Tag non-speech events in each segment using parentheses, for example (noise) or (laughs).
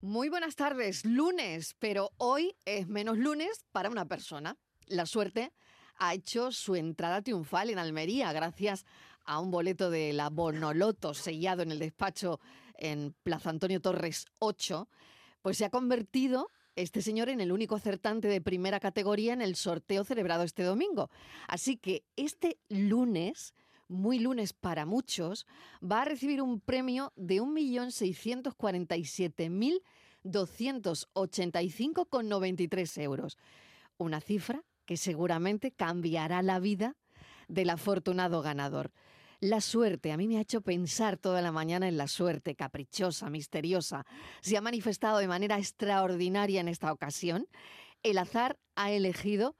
Muy buenas tardes, lunes, pero hoy es menos lunes para una persona. La suerte ha hecho su entrada triunfal en Almería gracias a un boleto de la Bonoloto sellado en el despacho en Plaza Antonio Torres 8, pues se ha convertido este señor en el único acertante de primera categoría en el sorteo celebrado este domingo. Así que este lunes, muy lunes para muchos, va a recibir un premio de 1.647.285,93 euros. Una cifra que seguramente cambiará la vida del afortunado ganador. La suerte, a mí me ha hecho pensar toda la mañana en la suerte, caprichosa, misteriosa. Se ha manifestado de manera extraordinaria en esta ocasión. El azar ha elegido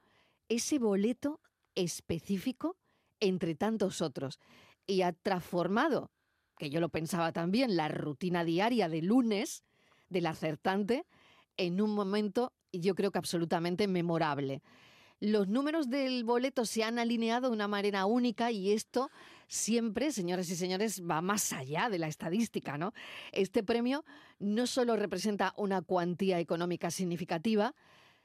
ese boleto específico entre tantos otros y ha transformado, que yo lo pensaba también, la rutina diaria de lunes del acertante en un momento, yo creo que absolutamente memorable. Los números del boleto se han alineado de una manera única y esto siempre, señoras y señores, va más allá de la estadística, ¿no? Este premio no solo representa una cuantía económica significativa,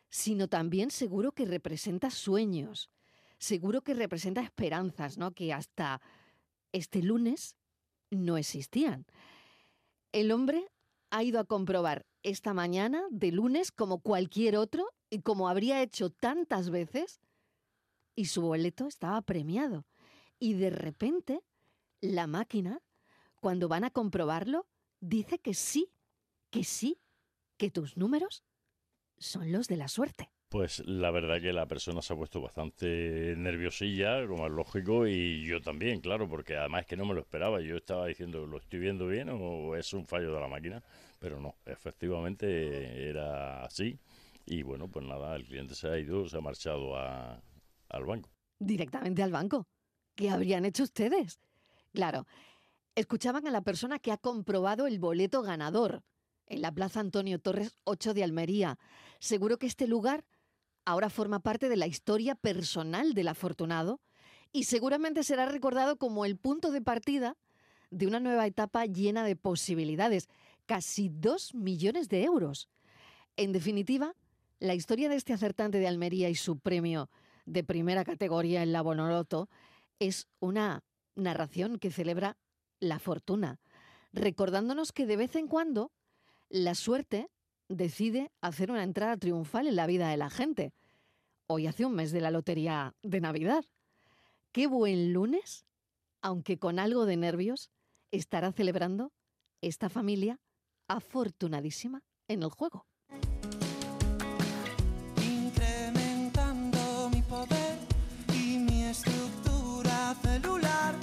sino también seguro que representa sueños, seguro que representa esperanzas, ¿no? Que hasta este lunes no existían. El hombre ha ido a comprobar esta mañana de lunes como cualquier otro y como habría hecho tantas veces y su boleto estaba premiado. Y de repente la máquina, cuando van a comprobarlo, dice que sí, que sí, que tus números son los de la suerte. Pues la verdad que la persona se ha puesto bastante nerviosilla, como es lógico, y yo también, claro, porque además es que no me lo esperaba. Yo estaba diciendo, ¿lo estoy viendo bien o es un fallo de la máquina? Pero no, efectivamente era así. Y bueno, pues nada, el cliente se ha ido, se ha marchado a- al banco. Directamente al banco. ¿Qué habrían hecho ustedes? Claro, escuchaban a la persona que ha comprobado el boleto ganador en la Plaza Antonio Torres 8 de Almería. Seguro que este lugar ahora forma parte de la historia personal del afortunado y seguramente será recordado como el punto de partida de una nueva etapa llena de posibilidades, casi dos millones de euros. En definitiva, la historia de este acertante de Almería y su premio de primera categoría en la Bonoloto es una narración que celebra la fortuna, recordándonos que de vez en cuando la suerte decide hacer una entrada triunfal en la vida de la gente. Hoy hace un mes de la lotería de Navidad. Qué buen lunes, aunque con algo de nervios, estará celebrando esta familia afortunadísima en el juego. Incrementando mi poder y mi estructura celular,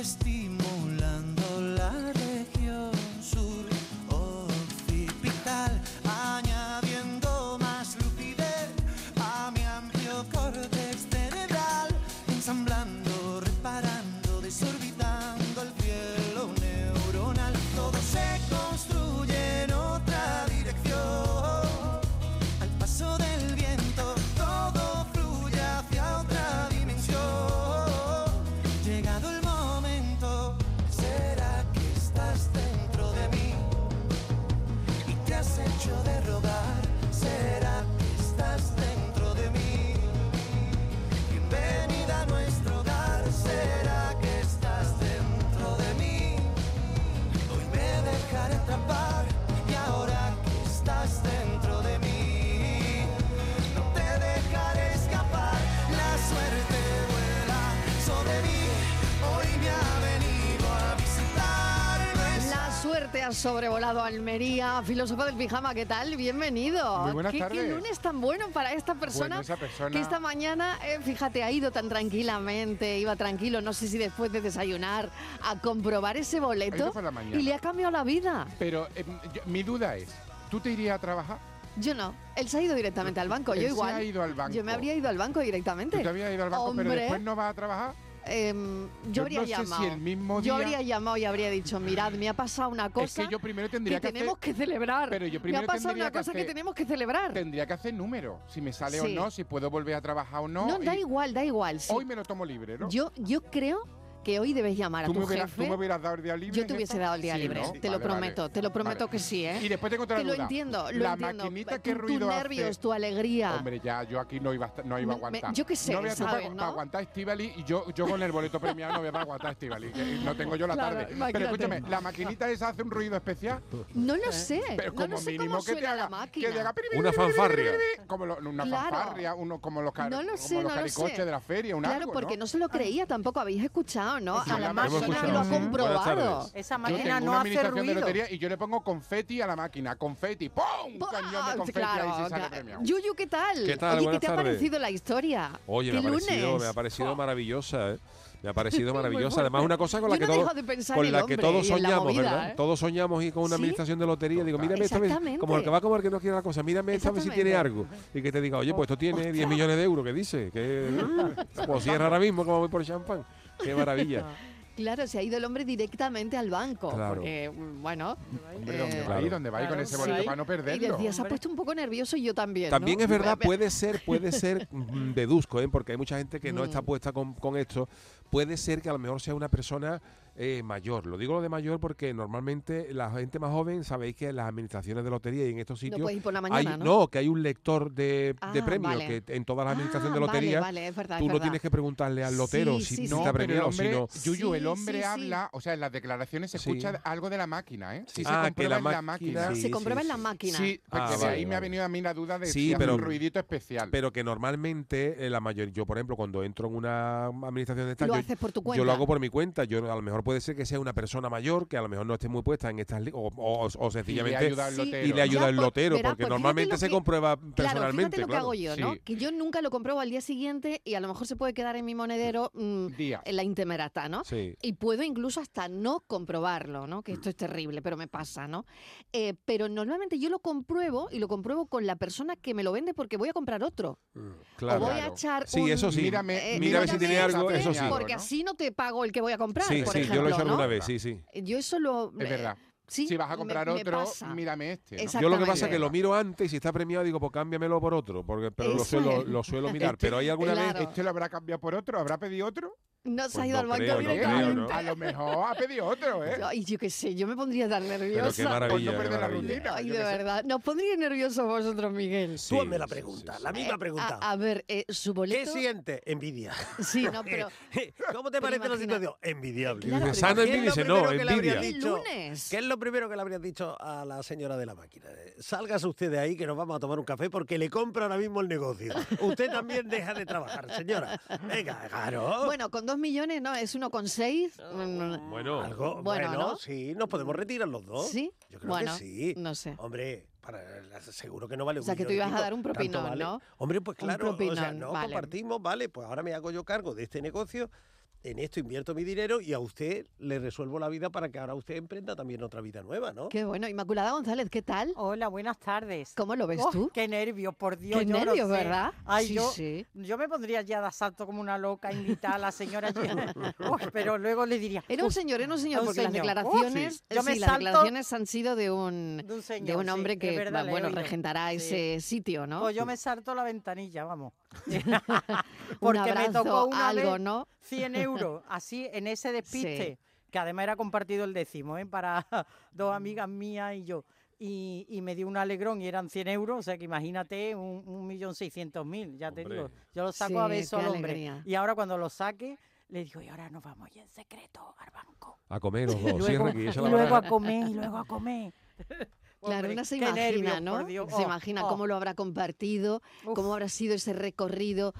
estimulando la región sur occipital, añadiendo más lucidez a mi amplio córtex cerebral, ensamblando, reparando, desorbitando el cielo neuronal. Todo se construye en otra dirección. Al paso del viento todo fluye hacia otra dimensión. Llegado el momento, será que estás dentro de mí y te has hecho de rogar. Será que estás dentro de mí. Bienvenida a nuestro hogar. Será que estás dentro de mí. Hoy me dejaré atrapar y ahora que estás dentro de mí, no te dejaré escapar. La suerte vuela sobre mí, hoy me ha venido a visitar. La suerte ha sobrevolado Almería. Filósofo del pijama, ¿qué tal? Bienvenido. Muy buenas ¿Qué, qué tardes. lunes tan bueno para esta persona, Bueno, esa persona- que esta mañana, eh, fíjate, ha ido tan tranquilamente, iba tranquilo, no sé si después de desayunar, a comprobar ese Ha boleto ido por la mañana. y le ha cambiado la vida. Pero eh, yo- mi duda es, ¿tú te irías a trabajar? Yo no. Él se ha ido directamente al banco, Él yo se igual. ha ido al banco. Yo me habría ido al banco directamente. Tú te habías ido al banco, Hombre, pero después no vas a trabajar. em, yo, Yo habría no sé si llamado. el mismo Yo día- habría llamado y habría dicho, mirad, me ha pasado una cosa. es que yo primero tendría que, que tenemos que celebrar. Pero yo me ha primero pasado tendría una que cosa que hacer- tenemos que celebrar. hacer, tendría que hacer número, si me sale Sí. o no, si puedo volver a trabajar o no. No, da y igual, da igual. sí. Hoy me lo tomo libre, ¿no? Yo, yo creo que hoy debes llamar a ¿Tú tu me, hubieras, tú jefe. me hubieras dado el día libre. Yo te hubiese jefa? dado el día Sí, libre, ¿eh? ¿no? te lo Vale, vale. prometo, te lo prometo Vale. que sí, ¿eh? Y después tengo otra Que lo duda. entiendo, lo la entiendo. maquinita, Tú- ¿qué ruido tus hace? nervios, tu alegría. Hombre, ya, yo aquí no iba a, estar- no iba a Me- me- aguantar. yo qué sé, no voy a estar ¿sabes, para, no? para aguantar Estivali y yo, yo con el boleto premiado no voy a aguantar Estivali. No tengo yo la Claro, tarde. imagínate. Pero escúchame, ¿la maquinita esa hace un ruido especial? No lo sé, Pero no como lo sé mínimo cómo que te suena la haga. máquina. Que te haga piri, piri, Una piri, piri, fanfarria. piri, piri, Como lo- una Claro. fanfarria, uno, como los, car No lo como sé, los no lo caricoches sé. de la feria, un Claro, algo, porque ¿no? no. se lo creía, tampoco habéis escuchado, ¿no? Sí, A la hemos máquina que escuchado, lo ha sí. comprobado. Buenas tardes. Esa Yo máquina tengo no una hace administración de ruido. lotería y yo le pongo confeti a la máquina, confeti, ¡pum! Un ¡Pum! cañón de confeti ah, Claro, ahí si sale claro. premiado. Yuyu, ¿qué tal? ¿Qué tal? Oye, ¿qué Buenas te ha tardes. parecido la historia? Oye, me ¿Qué ha, parecido, lunes? me ha parecido maravillosa, ¿eh? Me ha parecido (laughs) Muy maravillosa. fuerte. Además, una cosa con la Yo que no todos, dejo de pensar en con el la que hombre todos y en la soñamos, movida, ¿verdad? ¿eh? Total. Todos soñamos y con una Sí. administración de lotería. Digo, mírame esta vez, Exactamente. como el que va como el que no quiere la cosa, mírame esta vez si tiene algo. Exactamente. Y que te diga, oye, pues esto tiene 10 millones de euros, ¿qué dice? (laughs) Que pues cierra ahora mismo, como voy por champán. Qué maravilla. Claro, se ha ido el hombre directamente al banco. Claro. Porque, mm, bueno. Hombre, eh, ¿dónde va claro. ahí? ¿Dónde va ahí con Claro, ese sí. boleto para no y perderlo? decía, se ha puesto un poco nervioso y yo también. ¿no? También es verdad, Ve- ve- puede ser, (laughs) puede ser, mm, deduzco, ¿eh? porque hay mucha gente que no está Mm. puesta con, con esto, puede ser que a lo mejor sea una persona eh, mayor. Lo digo lo de mayor porque normalmente la gente más joven, sabéis que en las administraciones de lotería y en estos No sitios... puedes ir por la hay- mañana, ¿no? que hay un lector de, Ah, de premios vale. que en todas las administraciones Ah, de lotería Vale, vale, es verdad, tú es no verdad. tienes que preguntarle al lotero Sí, si sí, si sí. está No, pero el premiado o si hombre, no. Yuyu, Sí, el hombre sí, sí. habla, o sea, en las declaraciones se Sí. escucha algo de la máquina, ¿eh? Sí, se Ah, que comprueba la en la máquina- máquina. Sí, Se comprueba sí, en la sí. máquina. Sí, porque Ah, de vale, ahí me vale. ha venido a mí la duda de Sí, si hace pero- un ruidito especial. Pero que normalmente eh, la mayoría, yo por ejemplo, cuando entro en una administración de esta, Lo yo, haces por tu yo cuenta. lo hago por mi cuenta. Yo a lo mejor puede ser que sea una persona mayor que a lo mejor no esté muy puesta en estas li- o, o- o y le sencillamente ayuda al Sí. lotero. y le ayuda Ya, el por- lotero, verá, porque pues fíjate lo normalmente se que- comprueba Claro, personalmente. fíjate lo que claro. hago yo, ¿no? Sí. Que yo nunca lo compruebo al día siguiente y a lo mejor se puede quedar en mi monedero mm, Día. en la intemerata, ¿no? Sí. Y puedo incluso hasta no comprobarlo, ¿no? Que esto es terrible, pero me pasa, ¿no? Eh, pero normalmente yo lo compruebo y lo compruebo con la persona que me lo vende porque voy a comprar otro. O Claro. voy a Claro. echar Sí, un- eso sí. Mírame, eh, mírame si tiene este, algo, eso sí. Porque así no te pago el que voy a comprar, sí, por sí, ejemplo, yo lo he hecho alguna ¿no? vez, sí, sí. Eh, Yo eso lo... Es eh, verdad. sí, Si vas a me- comprar me otro, pasa. mírame este. ¿no? Exacto. Yo lo que pasa es Exactamente. que lo miro antes y si está premiado digo, pues cámbiamelo por otro, porque pero lo Eso suelo, es. (laughs) lo suelo mirar. Este- Pero hay alguna Claro. vez ¿Este lo habrá cambiado por otro? ¿Habrá pedido otro? No se Pues ha ido no al banco creo, no directamente. creo, ¿no? A lo mejor ha pedido otro, ¿eh? Ay, yo qué sé, yo me pondría tan nerviosa. Pero qué maravilla, Por no qué perder la maravilla. rutina. Ay, yo de qué sé. verdad. Nos pondría nerviosos vosotros, Miguel. Sí, Tú hazme la sí, sí, pregunta, sí. la Eh, misma a- pregunta. A, ver, eh, su ¿Qué boleto. sientes? Envidia. Eh, Sí, no, (laughs) pero. ¿Cómo Pero te parece imagina- la situación? Envidiable. Claro, dice, pero sana ¿Qué es envidia, lo dice, no, primero que le habrías envidia. El dicho? lunes. ¿Qué es lo primero que le habrías dicho a la señora de la máquina? Eh, Sálgase usted de ahí que nos vamos a tomar un café porque le compra ahora mismo el negocio. Usted también deja de trabajar, señora. Venga, claro. Bueno, con dos millones, ¿no? Es uno con seis. mm, Bueno. Algo- bueno, bueno, ¿no? Mm. sí, nos podemos retirar los dos. ¿Sí? Yo creo Bueno, que sí. no sé. Hombre, para, seguro que no vale O un sea, que tú ibas millón y a pico. dar un Tanto propinón, vale. ¿no? Hombre, pues Un claro, o sea, propinón, no vale. compartimos, vale, pues ahora me hago yo cargo de este negocio, en esto invierto mi dinero y a usted le resuelvo la vida para que ahora usted emprenda también otra vida nueva, ¿no? Qué bueno. Inmaculada González, ¿qué tal? Hola, buenas tardes. ¿Cómo lo ves Oh, tú? Qué nervios, por Dios. Qué yo no nervios, sé. ¿verdad? Ay, sí, yo, sí. yo me pondría ya de asalto como una loca, invitar a la señora. (laughs) allí. Oh, pero luego le diría. Era un "Uf, señor, era un señor, un porque las señor. Uf, declaraciones, sí. Yo sí, me las salto- declaraciones han sido de un, de un señor. de un sí, hombre es que, verdad, le he bueno, oído. regentará Sí. ese sitio, ¿no? Pues yo me salto la ventanilla, vamos. un porque abrazo, me tocó una algo, vez ¿no? (laughs) 100 euros, así en ese despiste, que además era compartido el décimo, ¿eh? para (laughs) dos amigas mías y yo. Y, y me dio un alegrón y eran 100 euros, o sea que imagínate un, un millón seiscientos mil, ya te Hombre. digo. Yo lo saco Sí, a beso qué al hombre. alegría. Y ahora cuando lo saque, le digo, y ahora nos vamos y en secreto al banco. A comer los Y (laughs) dos, luego, cierra aquí, esa y la luego verdad. a comer, y luego a comer. Claro, Hombre, una se qué imagina, nervios, ¿no? por Dios. se Oh, imagina oh, cómo lo habrá compartido, uf. cómo habrá sido ese recorrido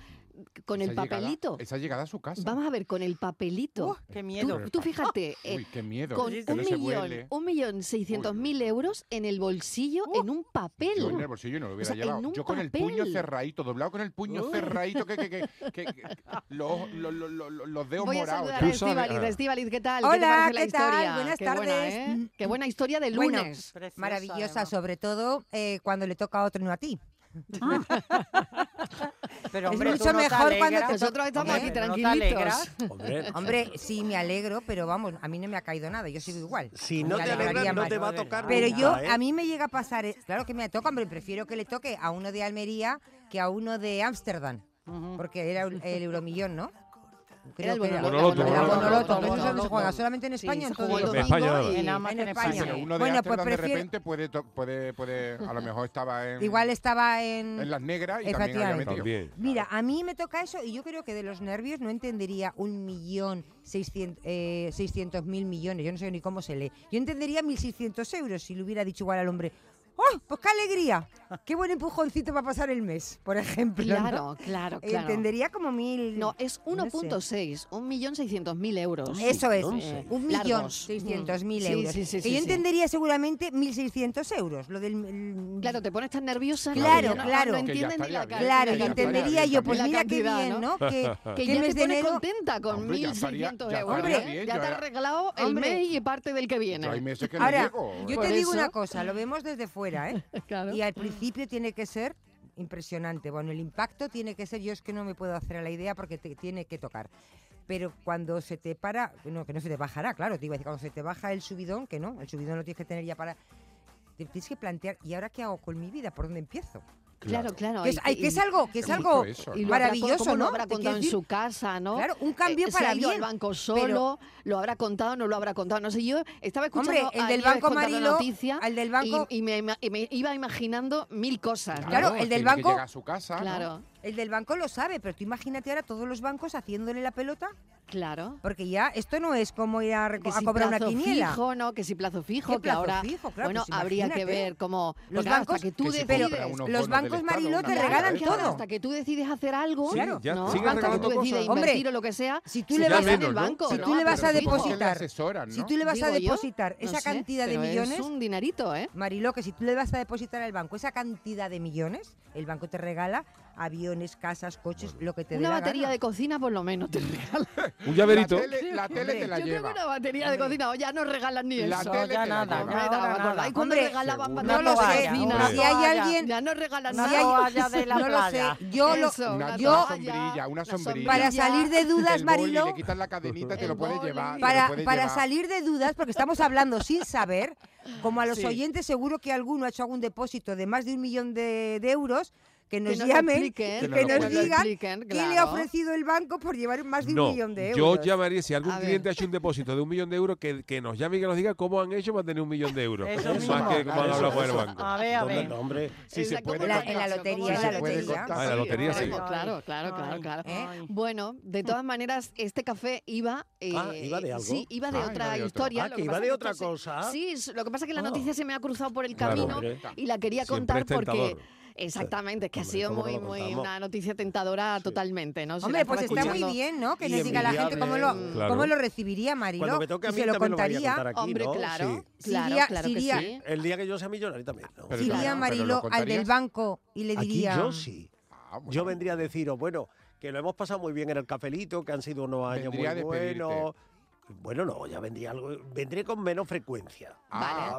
con el Esa llegada- papelito. Esa llegada a su casa. Vamos a ver, con el papelito. Uh, qué Tú- miedo. (laughs) tú, fíjate, eh, Uy, qué miedo. con sí, un sí. Pero se millón, huele. un millón seiscientos Uy, uy, mil euros en el bolsillo, Uh, en un papel. Yo en el bolsillo no lo hubiera O sea, en llevado. un Yo con el papel. puño cerradito, doblado con el puño Uy. cerradito, que, que, que, que- que- los, los, los, los- los dedos (laughs) Voy a morados. saludar Tú a sabes- Estíbaliz. ah. Estíbaliz, ¿qué tal? ¿Qué te Hola, parece la ¿qué tal? historia? Buenas Qué buena, tardes. ¿eh? (laughs) Qué buena historia de Bueno, lunes. Preciosa, Maravillosa, además. sobre todo eh, cuando le toca a otro y no a ti. Pero, Es hombre, tú mucho no te mejor cuando alegras. te Nosotros estamos Hombre, aquí ¿no te tranquilitos. alegras? (laughs) Hombre, (laughs) Hombre, sí me alegro, pero vamos, a mí no me ha caído nada, yo sigo igual. si no Me te alegraría alegras, no más. te va a tocar Pero nunca, yo, ¿eh? a mí me llega a pasar, eh, claro que me toca, hombre, prefiero que le toque a uno de Almería que a uno de Ámsterdam, porque era el el euromillón, ¿no? Creo el que era. Bonoloto, Era Bonoloto. Bonoloto. Entonces Bonoloto. eso se juega solamente en Sí, España. se jugó el entonces. En España, domingo nada. y- En Amazon, en Sí, España. pero uno de Bueno, Ámsterdam pues de prefiero- repente puede, to- puede, puede, a lo mejor estaba en, Igual estaba en... en las negras y también había Efectivamente. metido. También. Mira, a mí me toca eso y yo creo que de los nervios no entendería un millón seiscientos eh, seiscientos mil millones. Yo no sé ni cómo se lee. Yo entendería mil seiscientos euros si le hubiera dicho igual al hombre. ¡Oh, pues qué alegría! ¡Qué buen empujoncito para pasar el mes, por ejemplo! ¿no? Claro, claro, claro. Entendería como mil... No, es no sé. 1.6, 1.600.000 euros. Eso es, eh, no sé. un millón Largos. Mm. seiscientos mil Sí, euros. sí, sí, que sí, yo sí. entendería seguramente mil seiscientos euros. Lo del... el- Claro, te pones tan nerviosa que Claro, ya no- claro. No Que ya entiendes ni estaría la bien. cara. Claro, Ya, y ya, entendería ya, ya, yo, pues la mira qué cantidad, bien, ¿no? (laughs) Que, ¿no? Que que el ya mes te de pones enero... contenta con Hombre, ya 1.600 estaría- ya euros. estaría ¿eh? bien, ya yo te has era- arreglado el Hombre. mes y parte del que viene. Yo hay meses que Ahora, no llego. ¿eh? yo Por te digo una eso- cosa, lo vemos desde fuera, ¿eh? (laughs) Claro. Y al principio tiene que ser impresionante. Bueno, el impacto tiene que ser, yo es que no me puedo hacer a la idea porque te tiene que tocar. Pero cuando se te para, no, que no se te bajará, claro, te iba a decir, cuando se te baja el subidón, que no, el subidón lo tienes que tener ya para... Te tienes que plantear, ¿y ahora qué hago con mi vida? ¿Por dónde empiezo? Claro, claro. que, es, y- ay, que es algo, que es Qué algo bonito eso, y ¿no? lo habrá- maravilloso, ¿cómo ¿no? Lo habrá Te quiero contado en decir, su casa, ¿no? Claro, un cambio Eh, para se ha ido bien, al banco pero- solo, lo habrá contado, no lo habrá contado. No sé, yo estaba escuchando Hombre, el a del Nieves Banco contar la Amarillo, noticia al del banco- y, y me, ima- y me iba imaginando mil cosas. ¿no? Claro, el del tiene que banco- llegar a su casa. ¿no? Claro, El del banco lo sabe, pero tú imagínate ahora todos los bancos haciéndole la pelota, claro. porque ya esto no es como ir a, reco- Que a si cobrar una plazo quiniela. fijo, ¿no? Que si plazo fijo, ¿Qué plazo que ahora. fijo? Claro, bueno, pues habría que imagínate. ver cómo. Los porque, claro, bancos- hasta que tú Que se decides. Pero compra unos los bonos del bancos Estado, Mariló una te cosa regalan de claro, todo. Hasta que tú decides hacer algo, Sí, Claro. ya ¿no? siguen hasta que tú regalando decides cosas. invertir Hombre, o lo que sea, si tú se le queda vas a- en el ¿no? banco, si ¿no? tú le vas a Pero supongo Supongo que le depositar. asesoran, ¿no? Si tú le vas a Digo yo, depositar no esa sé, cantidad de pero millones, Es un dinerito, ¿eh? Mariló, que si tú le vas a depositar al banco esa cantidad de millones, el banco te regala aviones, casas, coches, lo que te dé Una la batería gana. de cocina por lo menos te regalan. Un La llaverito. tele, la tele Hombre, te la Yo creo que lleva. una batería de cocina o ya no regalan ni La eso. tele ya te la nada, lleva. ahora Ahora, ¿os acordáis nada. cuando Hombre, regalaban seguro. No baterías lo de sé, cocina? Hombre. si hay alguien... Ya no regalan Si Una nada. hay- toalla de la no lo sé, playa. yo lo, Eso, Una yo toalla, sombrilla, una sombrilla. para salir de dudas, el boli, Mariló, le quitas la cadenita, te El lo puedes boli. Ah, llevar. te lo para, puedes para llevar. salir de dudas, porque estamos hablando sin saber, como a los Sí. oyentes seguro que alguno ha hecho algún depósito de más de un millón de, de euros, que nos, nos llamen expliquen, y que que nos lo nos cuenten. digan expliquen, qué le ha claro. ofrecido el banco por llevar más de un No, millón de euros. yo llamaría, si algún A ver. cliente ha hecho un depósito de un millón de euros, que, que nos llame y que nos diga cómo han hecho para tener un millón de euros. Eso más mismo. que cómo han Eso, hablado con el eso. banco. A ver, a ¿Dónde, ver. no, hombre? Si se puede en la- contar. en la ¿Cómo lotería, lo en la haces? lotería. Ah, en la lotería sí. Claro, claro, claro, Ay, claro. ay. Bueno, de todas maneras, este café iba. eh, Ah, ¿iba de algo? Sí, iba de Ah, iba otra de otro. historia. Ah, lo que iba pasa de es otra esto se- cosa. Sí, es- lo que pasa es que la Ah. noticia se me ha cruzado por el Claro, camino hombre. y la quería Siempre contar es porque. tentador. Exactamente, es que ha Hombre, sido ¿cómo no muy, lo muy contamos? una noticia tentadora totalmente, ¿no? Si la Hombre, pues estaba está muy escuchando- bien, ¿no? Que Y nos diga la gente cómo lo, envidiable. Claro. cómo lo recibiría Mariló. Cuando me toque a y mí se lo también lo voy a contaría. contar aquí, Hombre, ¿no? claro, Sí. claro, Siria- claro que Siria- sí. El día que yo sea millonario también, ¿no? Pero Si claro, iría pero lo Mariló al del contarías. banco y le Aquí diría... mm, yo sí. Ah, bueno. Yo vendría a deciros, bueno, que lo hemos pasado muy bien en el cafelito, que han sido unos Vendría años muy a despedirte. buenos. Bueno, no, ya vendría algo, vendré con menos frecuencia. Ah,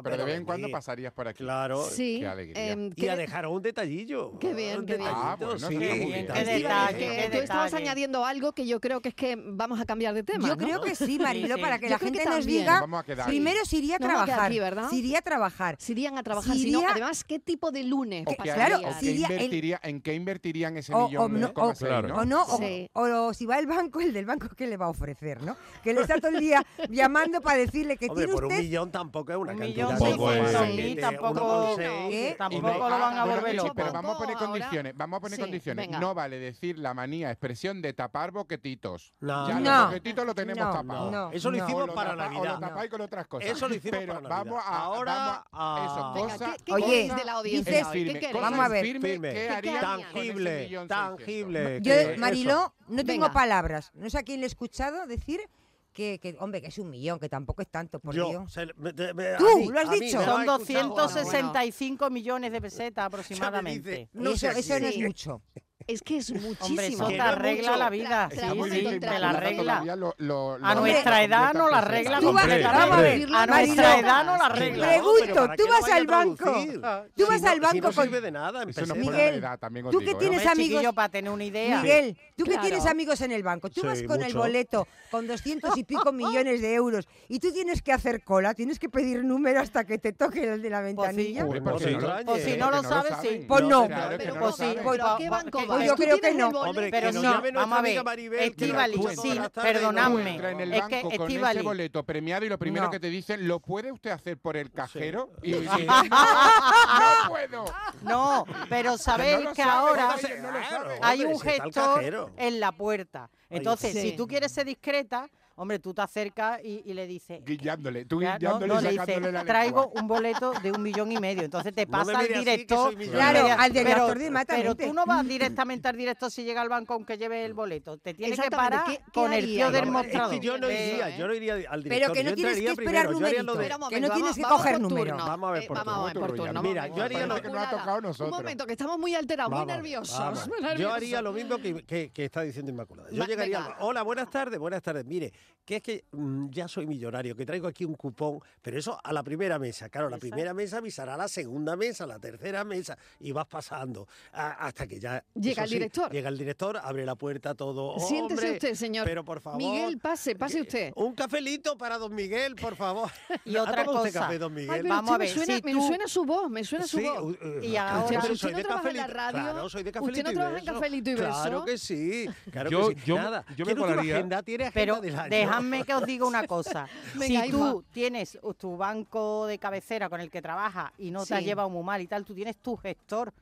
Vale. pero de vez en vendí. cuando pasarías por aquí. Claro. Sí, Qué alegría. em, Y que- a dejaros un detallillo. Qué bien, un qué bien. Ah, bueno, eso detallito, está sí, muy bien. Qué un Qué Qué detallito. detalle, detalle, que qué tú estabas detalle. añadiendo algo que yo creo que es que vamos a cambiar de tema. Yo ¿no? creo que sí, Mariló, Sí, para sí. que Yo la creo que gente nos también. diga... Vamos a quedar. Primero se iría a No me voy a quedar trabajar. aquí, ¿verdad? Se iría a trabajar. Si irían a trabajar, Si sino iría- además, ¿qué tipo de lunes O pasaría? claro, haría- o sí, qué iría el- invertiría- ¿En qué invertirían ese O- o millón? no- de coma o- seis, claro. no? O no, o- Sí. o, lo- si va el banco, el del banco, ¿qué le va a ofrecer, no? Que le está todo el día llamando para decirle que Hombre, tiene por un usted... millón tampoco es una Un cantidad. millón de Tampoco es. dinero, Sí, de tampoco- uno con seis. ¿Qué? Tampoco Y no- lo van a bueno, volver sí, locos. Pero vamos a poner Tampoco ahora. condiciones. Vamos a poner Sí, condiciones. venga. No vale decir la manía expresión de tapar boquetitos. No. Ya No. los boquetitos lo tenemos No, tapado. no, Eso lo no. hicimos lo para tapa- O Navidad. lo tapáis con otras cosas. Eso lo hicimos Pero para vamos Navidad. a, Ahora vamos a... a- Eso, Venga, cosa, ¿qué- qué cosa queréis de la en audiencia dices- hoy? ¿Qué firme, queréis? cosa Vamos a ver. firme, Firme. ¿qué ¿Qué harían con ese Tangible, millón seiscientos? tangible. Yo, que- Mariló, no tengo Venga. palabras. No sé a quién le he escuchado decir que, que, hombre, que es un millón, que tampoco es tanto, por Yo, Dios. se le- me- te- me- a Tú, mí- lo has a mí dicho. me lo Son ha escuchado. 265 millones de pesetas Ya me dice, aproximadamente. no sé eso a eso no es quién. mucho. Es que es Hombre, muchísimo. eso te Queda arregla mucho. la vida. Está Sí, muy bien sí, te la calculado arregla. todavía lo- lo- A lo- nuestra las edad no la completas arregla pesetas. Tú vas- completamente. vamos a ver, a nuestra Mariló. edad no la arregla. Pregunto, pero ¿para tú qué lo vas vaya a al banco. traducir? Tú vas al si banco no con- sirve de nada. en Eso no es pesetas. por la Miguel, edad, también os ¿tú qué digo, ¿eh? tienes Hombre, amigos- chiquillo, para tener una idea. Miguel, tú Claro. que tienes amigos en el banco, tú Sí, vas con el mucho. boleto con 200 y pico millones de euros y tú tienes que hacer cola, tienes que pedir número hasta que te toque el de la Pues sí. ventanilla. Hombre, porque Sí. no lo- Pues si porque no lo saben, saben, sí. saben. Pues no. claro, es que Pero no pues lo sí, saben. pues- pa- ¿a qué pa- banco que- va? Pues yo tú creo que tienes no. el boleto. Hombre, que pero nos no, llame nuestra vamos a amiga ver. Maribel, que Estivali, la escucha sí, por la tarde y nos perdonadme. entra en el Es banco que con Estivali. ese boleto premiado y lo primero No. que te dicen, ¿lo puede usted hacer por el cajero? Y dices, (laughs) Sí. no, no puedo. No, pero no sabéis lo que sabe, ahora no sé, no lo sabe. hay Hombre, un si está el gestor cajero. en la puerta. Entonces, Sí. si tú quieres ser discreta, hombre, tú te acercas y, y le dices. Guillándole, tú ya, no, guillándole no, y le sacándole dices, la lengua. traigo un boleto de un millón y medio. Entonces te No pasa me al mire así, que director. soy millonario. Claro, Pero- al director pero- directamente. Pero tú no vas directamente al director si llega al banco aunque lleve el boleto. Te tienes que Exactamente, parar ¿qué- qué con el haría? tío del Vamos, es que mostrador. Si yo no Eso, iría, ¿eh? yo no iría al director. Pero que no yo tienes entraría que primero, esperar yo haría lo de- numeritos. Espera un Que no momento, tienes que vamos coger por número. turno. Eh, Vamos a ver por vamos turno. a ver por Turno, ya. turno. Mira, vamos yo a haría ver. lo- Vamos, que nos ha tocado Inmaculada, nosotros. Un momento, que estamos muy alterados, Vamos, muy nerviosos. vamos. muy Yo nerviosos. haría lo mismo que, que- que está diciendo Inmaculada. Yo Va, llegaría. venga. al- Hola, buenas tardes, buenas tardes. Mire, que es que mm, ya soy millonario, que traigo aquí un cupón, pero eso a la primera mesa. Claro, la Exacto. primera mesa avisará a la segunda mesa, a la tercera mesa, y vas pasando a- hasta que ya. Llega eso el director. Llega el director, abre la puerta, todo. Siéntese "Hombre, usted, señor. Pero por favor. Miguel, pase, pase que- usted. Un cafelito para don Miguel, por favor. (laughs) Y (laughs) ¿Ha otra tomado usted cosa. café, don Miguel? Ay, pero Vamos usted a ver, Me suena, si me tú- suena su voz, me suena su Sí, voz. u- u- Y claro, ahora- pero Usted soy no de trabaja en la Cafelito. radio. Claro, soy de Usted Cafelito no y trabaja en Beso. Cafelito y Beso. Claro que sí. Claro Yo- que sí. yo- Nada, yo me ¿qué no tuvo colaría- agenda? Tiene agenda Pero del año. dejadme que os diga una cosa. Venga, si Isma. tú tienes tu banco de cabecera con el que trabajas y no te has Sí. llevado muy mal y tal, tú tienes tu gestor.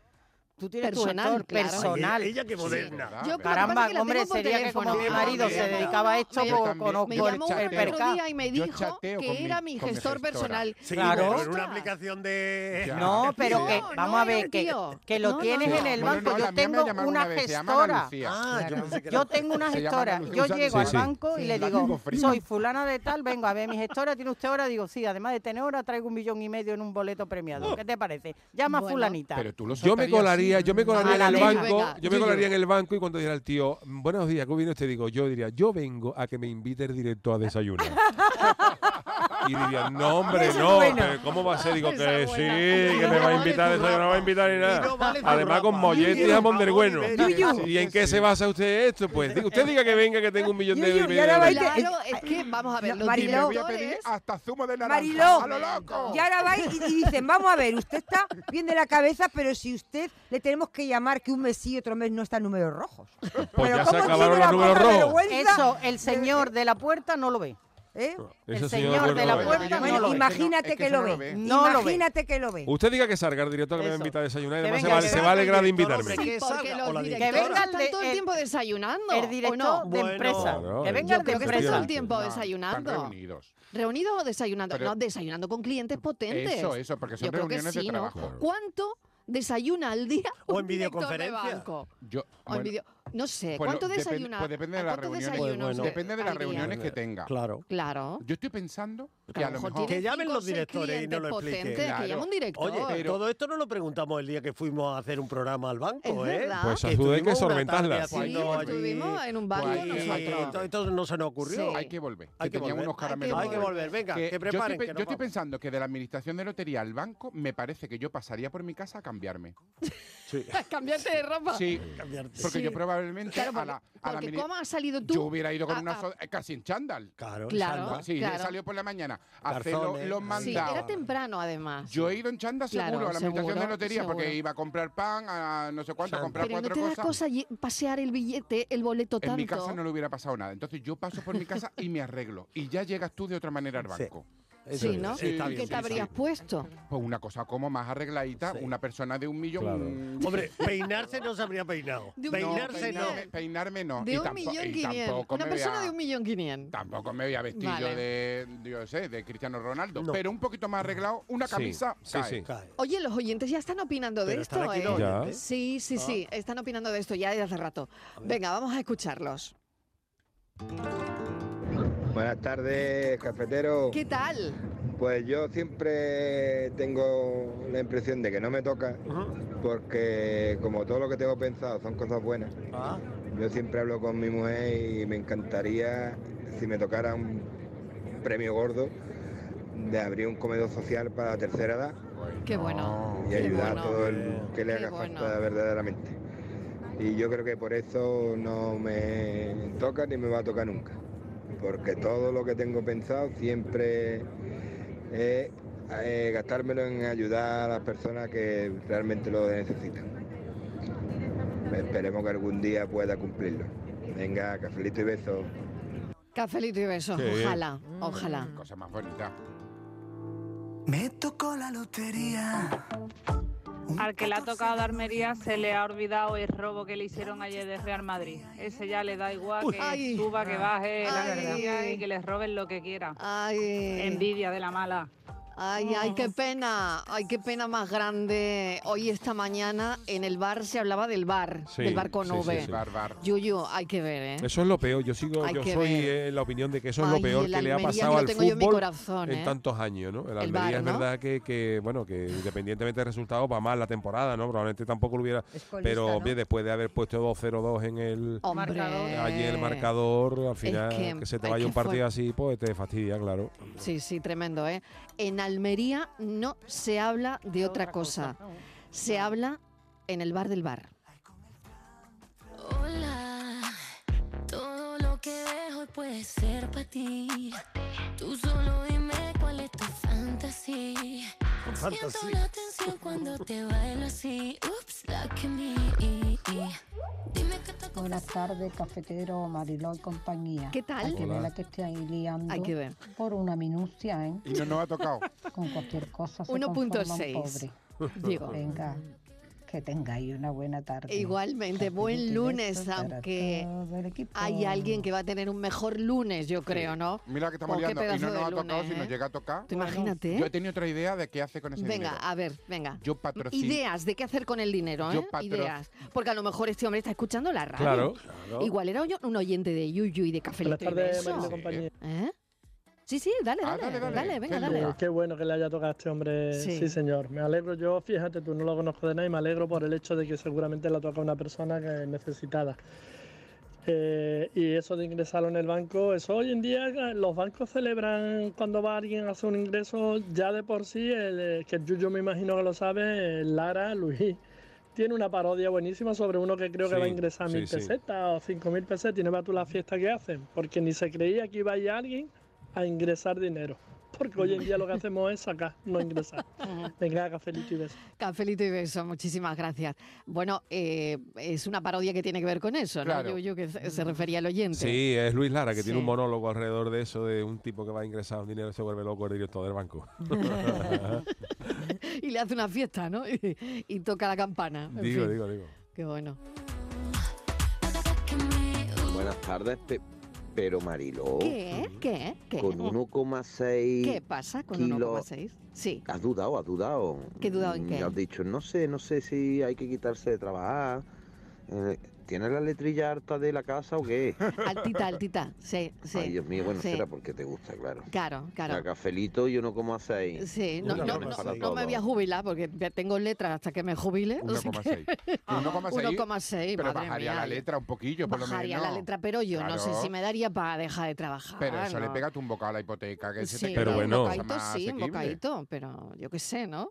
Tú tienes Personal, tu gestor claro. personal. Oye, ella que moderna. ¿verdad? Yo, lo que pasa Caramba, es que la hombre, tengo por sería que teléfono. como mi Sí, marido se moderna. dedicaba a esto, pues, Me- Yo po- también. conozco Me Yo llamó uno el el chateo. otro percal. día y me Yo dijo chateo con que mi- era mi con mi gestor gestora. personal. Sí, Claro. pero en una Ostras. aplicación de... (laughs) Ya. No, pero Sí. que, No, vamos no, a ver, no, que, tío. que lo No, tienes no, en el no. banco. Bueno, no, la yo mía me tengo llamaron una vez, se llama gestora. Ana Lucía. Ah, yo Claro. pensé que Yo era- tengo una Se llama gestora. Ana Lucía. Yo Sí, llego al sí. banco y Sí. le La digo, tengo fría. soy fulana de tal, vengo a ver mi gestora, tiene usted hora, digo, sí, además de tener hora, traigo un millón y medio en un boleto premiado. ¿Qué te parece? Llama a Bueno. fulanita. Pero tú lo Yo me soltarías colaría, así. yo me colaría A en la el vez, banco, venga. yo me Sí, colaría yo. en el banco y cuando dijera el tío, buenos días, ¿cómo viene usted? Digo, yo diría, yo vengo a que me invite el directo a desayunar. y diría, no hombre, Esa es no, buena. que ¿cómo va a ser? Digo, Esa que es sí, buena. que me va a invitar a desayunar, no me va a invitar ni Y no nada. vale tu Además con rapa. mollete y jamón del Yuyu. bueno. Yuyu. ¿Y en qué se basa usted esto? Pues digo, usted diga que venga, que tengo un millón de Yuyu, euros. y y ahora medio de va y te- Claro, es que vamos a ver, No, los Y me voy a directores- pedir hasta zumo de naranja. Mariló, ¡A lo loco! y ahora vais (laughs) y, y dicen, vamos a ver, usted está bien de la cabeza, pero si usted le tenemos que llamar que un mes sí y otro mes no está en números rojos. Pues Pero ya se ¿cómo tiene acabaron los la números poca rojos. vergüenza? Eso, el señor de la puerta no lo ve. ¿Eh? Ese el señor de bueno, la bueno. puerta Bueno, no lo ve. imagínate Es que que, eso lo no lo ve. ve. No lo ve. imagínate que lo ve. Usted diga que Sargar directo que me va a Eso. invitar a desayunar y Que además se venga, va, que se venga va a alegrar de director, invitarme. hombre, Sí, que porque salga, los o la directores directora. están todo el tiempo desayunando, El ¿o director no? de Bueno. empresa. que Claro, yo venga el de creo que está todo el empresa. tiempo No, desayunando. Están reunidos. ¿Reunidos o desayunando? Pero- no, desayunando con clientes potentes. Eso, eso, porque son Yo creo que reuniones de sí, ¿no? trabajo. ¿Cuánto desayuna al (laughs) día O un director en de videoconferencia. banco? Yo, O en bueno, video- No sé, Pues lo- ¿cuánto depen- desayuna? pues depende a de las cuántos reuniones. desayunos, Pues bueno. eh, depende de las al día? reuniones que tenga. Claro. Claro. (laughs) Yo estoy pensando Que que a lo mejor... tiene Que llamen cinco o los seis directores y no clientes lo expliquen. potentes, Que Claro. llame un director. Oye, todo esto no lo preguntamos el día que fuimos a hacer un programa al banco, Es ¿eh? verdad. Pues Que a su vez estuvimos que una solventarla. tarde Sí, haciendo allí- pues, estuvimos en un banco Guay. nosotros. Esto- Esto no se nos Sí. ocurrió. Hay que volver. Hay Hay que que tenían volver. unos Hay que caramelos. Hay que buenos. volver, venga, Que que yo estoy, preparen. pe- que nos yo estoy vamos. pensando que de la administración de lotería al banco, me parece que yo pasaría por mi casa a cambiarme. (laughs) Sí. Cambiarte de ropa. Sí, Cambiarte. porque yo probablemente Claro, a la, a la Porque mini- ¿cómo has salido tú? yo hubiera ido con a- una a- so- eh, casi en chándal. Claro. Claro. salva. Sí, claro. salió por la mañana a hacer Garzones, lo- los sí, Sí, mandados. era temprano además. Yo he ido en chanda seguro Claro, a la administración de seguro, lotería porque seguro. iba a comprar pan, a no sé cuánto, a Chanda. comprar Pero no cuatro te da cosas. cosa lle- pasear el billete, el boleto en tanto. mi casa no le hubiera pasado nada. Entonces yo paso por mi casa y me arreglo. Y ya llegas tú de otra manera al Sí. banco. Eso Sí, es. ¿no? Sí, sí, Está ¿Y bien, qué sí, te sí. habrías puesto? Pues una cosa como más arregladita, Sí. una persona de un millón. (laughs) Claro. mm, Hombre, peinarse no se habría peinado. De un Peinarse millón. no. peinarme, peinarme no. De y un tampo- millón y quinientos. tampoco Una me voy persona a- de un millón quinientos. Tampoco me voy a vestir Vale. yo de, yo sé, de Cristiano Ronaldo, No. pero un poquito más arreglado, una Sí, camisa. sí, cae. sí. Cae. Oye, los oyentes ya están opinando de Pero están esto, aquí ¿eh? los Ya. oyentes. Ah. Sí, sí, sí, están opinando de esto ya desde hace rato. Venga, vamos a escucharlos. Buenas tardes, cafetero. ¿Qué tal? Pues yo siempre tengo la impresión de que no me toca, Ujú. porque como todo lo que tengo pensado son cosas buenas, Ah, yo siempre hablo con mi mujer y me encantaría, si me tocara un premio gordo, de abrir un comedor social para la tercera edad Ah. Qué bueno. y qué ayudar a bueno. todo el que le Qué haga bueno. falta verdaderamente. Y yo creo que por eso no me toca ni me va a tocar nunca. Porque todo lo que tengo pensado siempre es eh, gastármelo en ayudar a las personas que realmente lo necesitan. Esperemos que algún día pueda cumplirlo. Venga, cafelito y besos. Cafelito y besos, Qué bien. ojalá, ojalá. Cosa más bonita. Me tocó la lotería. Al que le ha tocado de Armería se le ha olvidado el robo que le hicieron ayer de Real Madrid. Ese ya le da igual Uy. que Ay. suba, que baje la Ay. energía y que les roben lo que quiera. Envidia de la mala. Ay, ay, qué pena, ay, qué pena más grande. Hoy esta mañana en el bar se hablaba del bar, Sí, del bar con sí, sí, V. sí. Bar, bar. Yuyu, hay que ver, ¿eh? Eso es lo peor. Yo sigo, Hay yo que soy ver. eh, la opinión de que eso es Ay, lo peor el que le ha Almería, pasado yo al tengo yo en mi fútbol corazón, en ¿eh? tantos años, ¿no? El El Almería Bar, es ¿no? verdad que, que, bueno, que independientemente del resultado va mal la temporada, ¿no? Probablemente tampoco lo hubiera, colista, pero ¿no? bien, después de haber puesto 2-0-2 en el Hombre. allí en el marcador, al final eh. que- que, se te ay, vaya qué un partido fuerte. así, pues te fastidia, claro. Sí, sí, tremendo, ¿eh? En Almería no se habla de otra cosa. Se habla en el bar del bar. Hola, todo lo que dejo hoy puede ser para ti. Tú solo dime cuál es tu fantasía. Siento fantasía. la tensión cuando te bailo así. Oops, lucky me. Dime que te Buenas tardes, cafetero, Mariló y compañía. ¿Qué tal? Hay que ver Hola. la que esté ahí liando. Hay que ver. Por una minucia, ¿eh? Y no nos (laughs) ha tocado. Con cualquier cosa se 1.6. 1.6. Digo. Venga, que tengáis una buena tarde. E Igualmente, buen Cafelito y lunes, besos para aunque todo el equipo. hay alguien que va a tener un mejor lunes, yo creo, ¿no? Mira que estamos Oh, qué liando y pedazo no nos de ha tocado lunes, si nos ¿eh? llega a tocar. Tú imagínate. Yo he tenido otra idea de qué hace con ese Venga, dinero. a ver, venga. Yo patrocino. Ideas de qué hacer con el dinero, Yo ¿eh? patrocin- Ideas. Porque a lo mejor este hombre está escuchando la radio. Claro. Claro. Igual era oy- un oyente de Yuyu y de Cafelito y tardes, Besos. Mariló y compañía. ¿Eh? Sí, sí, dale, dale, dale, venga, dale. Eh, Qué bueno que le haya tocado a este hombre. Sí. Sí. señor. Me alegro yo, fíjate, tú no lo conozco de nada y me alegro por el hecho de que seguramente le toca a una persona que es necesitada. Eh, y eso de ingresarlo en el banco, eso hoy en día eh, los bancos celebran cuando va alguien a hacer un ingreso, ya de por sí, el, eh, que yo, yo me imagino que lo sabe, eh, Lara Luis, (laughs) tiene una parodia buenísima sobre uno que creo que Sí, va a ingresar sí, mil sí. pesetas o cinco mil pesetas y no veas tú la fiesta que hacen, porque ni se creía que iba a ir alguien a ingresar dinero, porque hoy en día (laughs) lo que hacemos es sacar, no ingresar. Venga, cafelito y besos. Cafelito y beso, muchísimas gracias. Bueno, eh, es una parodia que tiene que ver con eso, ¿no? Claro. Yuyu, que se se refería al oyente. Sí, eh. es Luis Lara que tiene Sí. un monólogo alrededor de eso, de un tipo que va a ingresar un dinero y se vuelve loco el director (laughs) del banco. (laughs) (laughs) y le hace una fiesta, ¿no? Y, y toca la campana. en digo, fin. digo, digo. Qué bueno. Buenas tardes, pe- pero Mariló. ¿Qué? ¿Qué? ¿Qué? Oh, Con 1,6. ¿Qué pasa con kilos- 1,6? Sí. Has dudado, has dudado. ¿Qué he dudado en Mm, qué? Has dicho, no sé, no sé si hay que quitarse de trabajar. Eh, ¿Tienes la letrilla harta de la casa o qué? Altita, altita. Sí, (laughs) sí. Ay, Dios mío, bueno, sí. será porque te gusta, claro. Claro, La claro. cafelito y 1,6. Sí, no, no, Para no, todos. no me voy a jubilar porque ya tengo letras hasta que me jubile. o sea que- Ah. (laughs) 1,6, Pero madre bajaría mía. la letra un poquillo, por lo menos. Bajaría la letra, pero yo no sé Claro. si me daría para dejar de trabajar. Pero eso le ¿no? pega un bocado a la hipoteca. Que se Sí, te un queda una cosa bocadito más sí, un asequible. bocadito, pero yo qué sé, ¿no?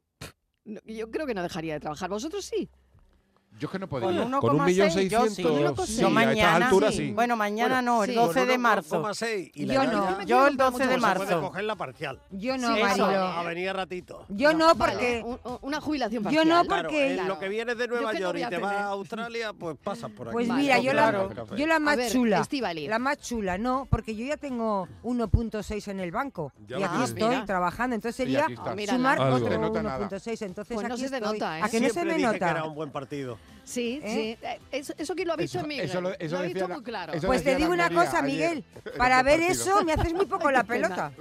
No, Yo creo que no dejaría de trabajar. ¿Vosotros sí? Yo es que no Con podría. un Con un millón 1,6, yo sí. seiscientos, Con un sí, Yo a estas mañana, alturas sí. bueno, mañana no, el Sí. 12 de Con marzo. 1,6 y la yo gana. no, yo el 12 de Pues Se puede marzo. coger la parcial. Yo no, Eso, Mariló. A venir a ratito. Yo no, porque. una jubilación Yo no, Claro, porque. en lo que vienes de Nueva Yo que no York voy y a te vas tener. a Australia, pues pasas por aquí. Pues mira, yo, la, yo la más A ver, chula. Estíbaliz. La más chula, no, porque yo ya tengo 1.6 en el banco. Ya y lo aquí tienes. estoy Mira. trabajando. Entonces Y sería aquí está. Mira, sumar nada. otro Algo. No te nota nada. 1.6 Entonces Pues no aquí se te estoy. nota, ¿eh? ¿A que no se Siempre me dije que nota? era un buen partido. Sí, ¿Eh? sí. Eh, Eso, eso que lo ha visto Eso- en Miguel. eso lo- lo eso ha decía visto la- muy claro. Eso Pues te decía digo la una Almería cosa, ayer, (laughs) Miguel, en para otro ver partido. eso me haces muy poco la Qué (laughs) pena. pelota.